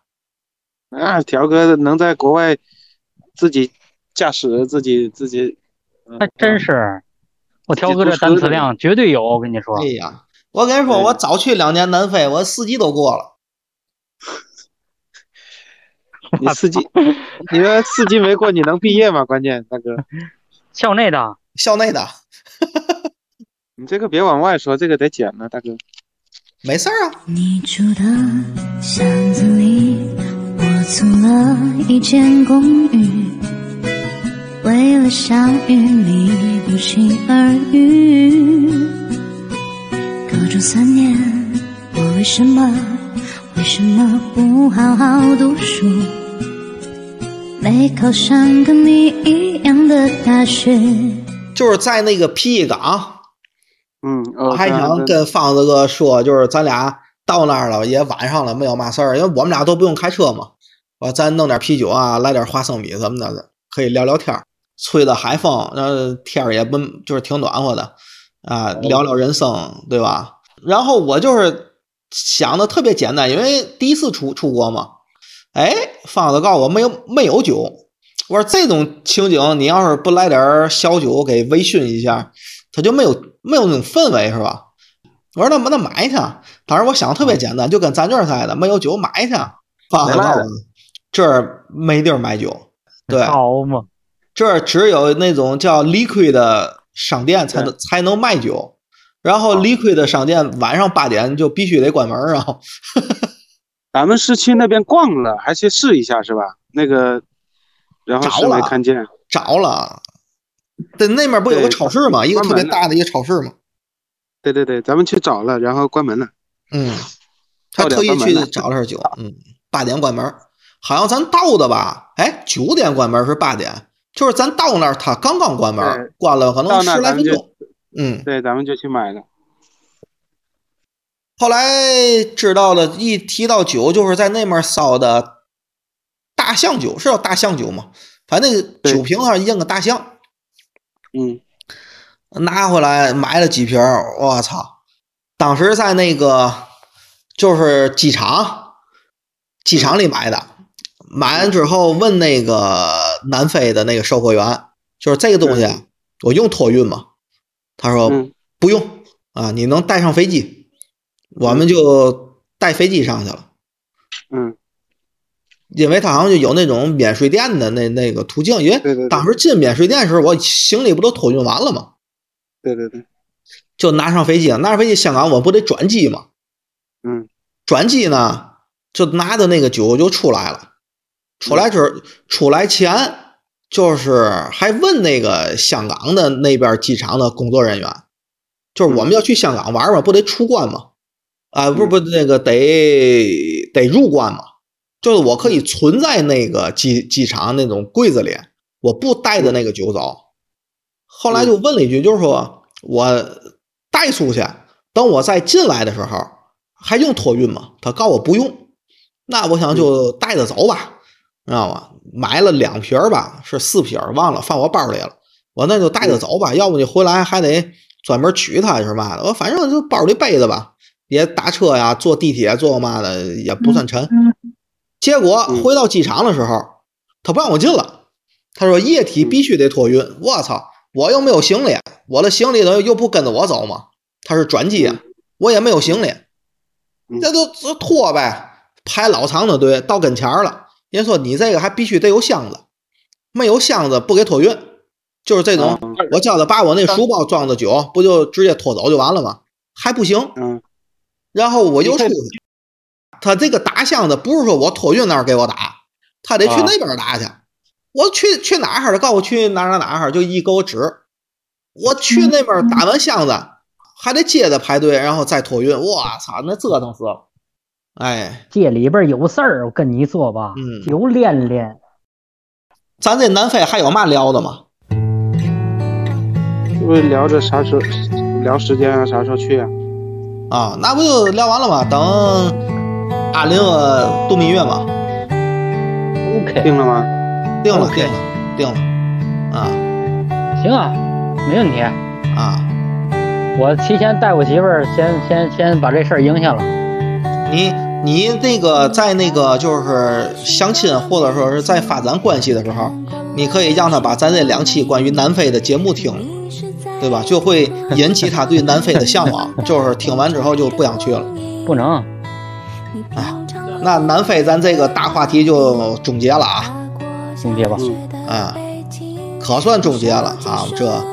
S2: 那、条哥能在国外自己驾驶，自己自己。嗯
S1: 还真是，我调哥这单词量绝对有，我跟你说
S3: 哎，呀，我跟你说，
S2: 对
S3: 我早去两年南非，我四级都过了。
S2: 你四级，你说四级没过，你能毕业吗？关键大哥，
S1: 校内的
S3: 校内的
S2: 你这个别往外说，这个得剪了，大哥。
S3: 没事儿啊，
S5: 你住的巷子里，我租了一间公寓，为了相遇你不期而遇。高中三年，我为什么为什么不好好读书？没考上跟你一样的大学，
S3: 就是在那个皮衣港，
S2: 嗯，
S3: 我
S2: 哦，
S3: 还
S2: 对啊
S3: 想
S2: 对
S3: 跟方子哥说，就是咱俩到那儿了，也晚上了，没有嘛事儿，因为我们俩都不用开车嘛。我咱弄点啤酒啊，来点花生米什么的，可以聊聊天儿。吹着海风，然后天儿也不就是挺暖和的啊，聊
S2: 哦
S3: 聊人生，对吧？然后我就是想的特别简单，因为第一次出出国嘛。哎，方子告诉我没有没有酒，我说这种情景，你要是不来点儿小酒给微醺一下，它就没有没有那种氛围，是吧？我说那那买去，当时我想得特别简单，就跟咱这儿似的，没有酒买去。方
S2: 嗯没
S3: 子告
S2: 卖
S3: 诉
S2: 的
S3: 我这儿没地儿买酒，对，
S1: 好嘛，
S3: 这儿只有那种叫 liquid 的商店才能才能卖酒，然后
S2: 啊
S3: liquid 的商店晚上八点就必须得关门儿啊。
S2: 咱们是去那边逛了，还去试一下是吧？那个，然后
S3: 着
S2: 是没
S1: 啊
S3: 了
S2: 看见，
S3: 着了，对，那面不有
S2: 对
S3: 个超市吗？一个
S2: 关
S3: 特别
S2: 门了
S3: 大的一个超市吗？
S2: 对对对，咱们去找了，然后关门了。
S3: 嗯，他
S2: 到点
S3: 特意
S2: 关门
S3: 去
S2: 了啊
S3: 找了点酒，嗯，八点关门，好像咱到的吧？哎，九点关门是八点，就是咱到那儿他刚刚关门
S2: 对，
S3: 关了可能
S2: 到那儿
S3: 十来
S2: 咱们
S3: 分
S2: 就
S3: 钟。嗯，
S2: 对，咱们就去买了。
S3: 后来知道了，一提到酒，就是在那面烧的大象酒，是叫大象酒吗？反正那个
S2: 对
S3: 酒瓶上印个大象，
S2: 嗯，
S3: 拿回来买了几瓶儿，我操！当时在那个就是机场，机场里买的，买完之后问那个南非的那个售货员，就是这个东西啊我用托运吗？他说
S2: 嗯
S3: 不用啊，你能带上飞机，我们就带飞机上去了，
S2: 嗯，
S3: 因为他好像就有那种免税店的那那个途径，因
S2: 对对
S3: 为
S2: 对
S3: 当时进免税店的时候，我行李不都托运完了吗？
S2: 对对对，
S3: 就拿上飞机了。拿上飞机，香港我不得转机吗？
S2: 嗯，
S3: 转机呢，就拿着那个酒就出来了。出来之出来前，就是还问那个香港的那边机场的工作人员，就是我们要去香港玩嘛，不得出关嘛？啊，不不，那个得得入关嘛。就是我可以存在那个机机场那种柜子里，我不带着那个酒走。后来就问了一句，就是说我带出去，等我再进来的时候还用托运吗？他告我不用，那我想就带着走吧，知道吗？买了两瓶儿吧，是四瓶儿，忘了放我包里了。我那就带着走吧，要不你回来还得专门取它，是嘛的？我反正就包里背着吧，也打车呀，坐地铁坐嘛的也不算沉。结果
S2: 嗯
S3: 回到机场的时候，他不让我进了，他说液体必须得托运。我操，我又没有行李，我的行李等于又不跟着我走嘛，他是转机啊，我也没有行李，那就就拖呗，排老长的队到跟前儿了。人家说你这个还必须得有箱子，没有箱子不给托运，就是这种。
S2: 嗯
S3: 我叫他把我那书包装的酒，不就直接拖走就完了吗？还不行，
S2: 嗯，
S3: 然后我又出
S2: 你
S3: 去。他这个打箱子不是说我托运那儿给我打，他得去
S2: 啊
S3: 那边打去。我去去哪儿哈儿？他告诉我去哪儿哪儿哪儿哈儿，就一给我指。我去那边打完箱子，还得接着排队，然后再托运。我操，那折腾死了！哎，
S1: 这里边有事儿，我跟你说吧
S3: 嗯，
S1: 有连连。
S3: 咱这南非还有嘛聊的吗？
S2: 因为聊着啥时候聊时间啊，啥时候去啊？
S3: 啊，那不就聊完了吗？等阿林呃度蜜月嘛，
S1: OK，
S2: 定了吗？
S3: 定了
S1: OK
S3: 定了定了，啊
S1: 行啊，没问题。
S3: 啊，
S1: 我提前带我媳妇儿，先先先把这事儿应下了。
S3: 你你那个在那个就是相亲或者说是在发展关系的时候，你可以让他把咱这两期关于南非的节目听了，对吧？就会引起他对南非的 向往，就是听完之后就不想去了。
S1: 不能，
S3: 哎，那南非咱这个大话题就总结了啊，
S1: 总结吧，
S3: 啊，可算总结了啊，这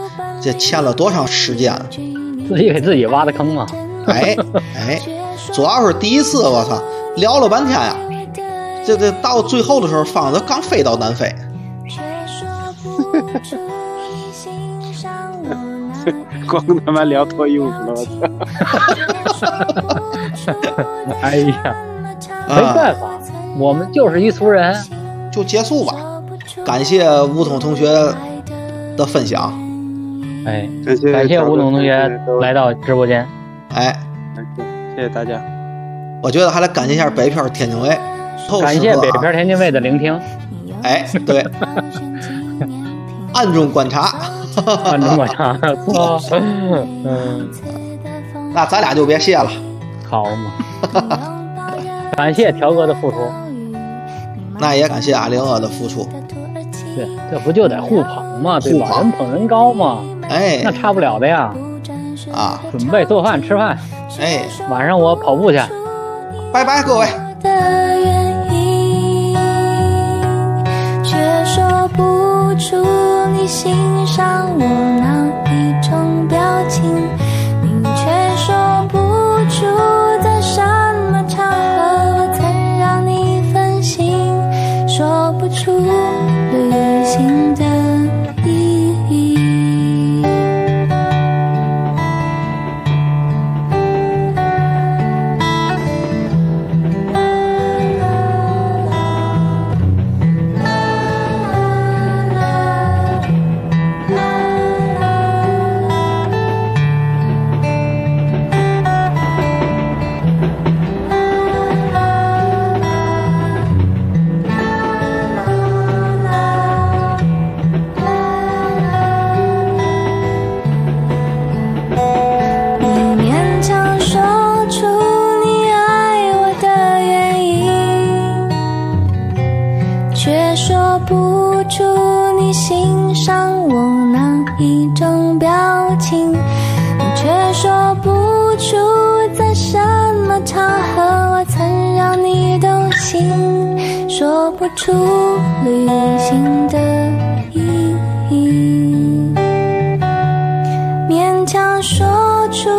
S3: 这欠了多长时间啊？
S1: 自己给自己挖的坑嘛。
S3: 哎哎，主要是第一次我操聊了半天呀、这这到最后的时候，方子刚飞到南非，
S2: 光他妈聊脱衣服了，我操！
S1: 哎呀，没
S3: 啊
S1: 办法，我们就是一俗人。
S3: 就结束吧。感谢吴桐同学的分享，
S1: 哎，
S2: 感谢
S1: 感谢吴总同学来到直播间。
S3: 哎，
S2: 谢谢大家。
S3: 我觉得还得感谢一下北漂天津卫，透
S1: 感
S3: 视
S1: 谢
S3: 过
S1: 北
S3: 啊
S1: 漂天津卫的聆 听，
S3: 哎，对，暗中观察。
S1: 观众观察， 操嗯，
S3: 那咱俩就别谢了，
S1: 好嘛， 感谢条哥的付出，
S3: 那也感谢阿玲儿的付出。
S1: 对，这不就得互捧嘛，对
S3: 互
S1: 吧？
S3: 捧
S1: 人捧人高嘛，
S3: 哎
S1: 那差不了的呀。
S3: 啊，
S1: 准备做饭吃饭，
S3: 哎，
S1: 晚上我跑步去。
S3: 拜拜各位。
S6: 的原因，却说不出你欣赏我哪一种表情，你却说不出在什么场合我曾让你分心，说不出旅行的意义。你勉强说出你爱我的原因，却说不出你欣赏我哪一种表情，你却说不出在什么场合我曾让你动心，说不出旅行的意义。勉强说出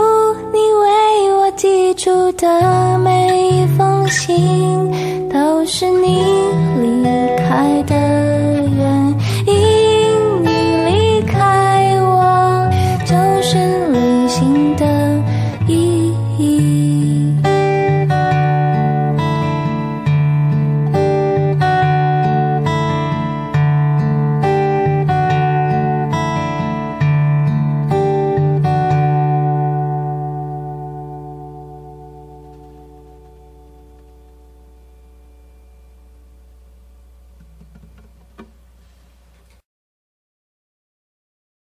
S6: 你为我寄出的每一封信，都是你离开的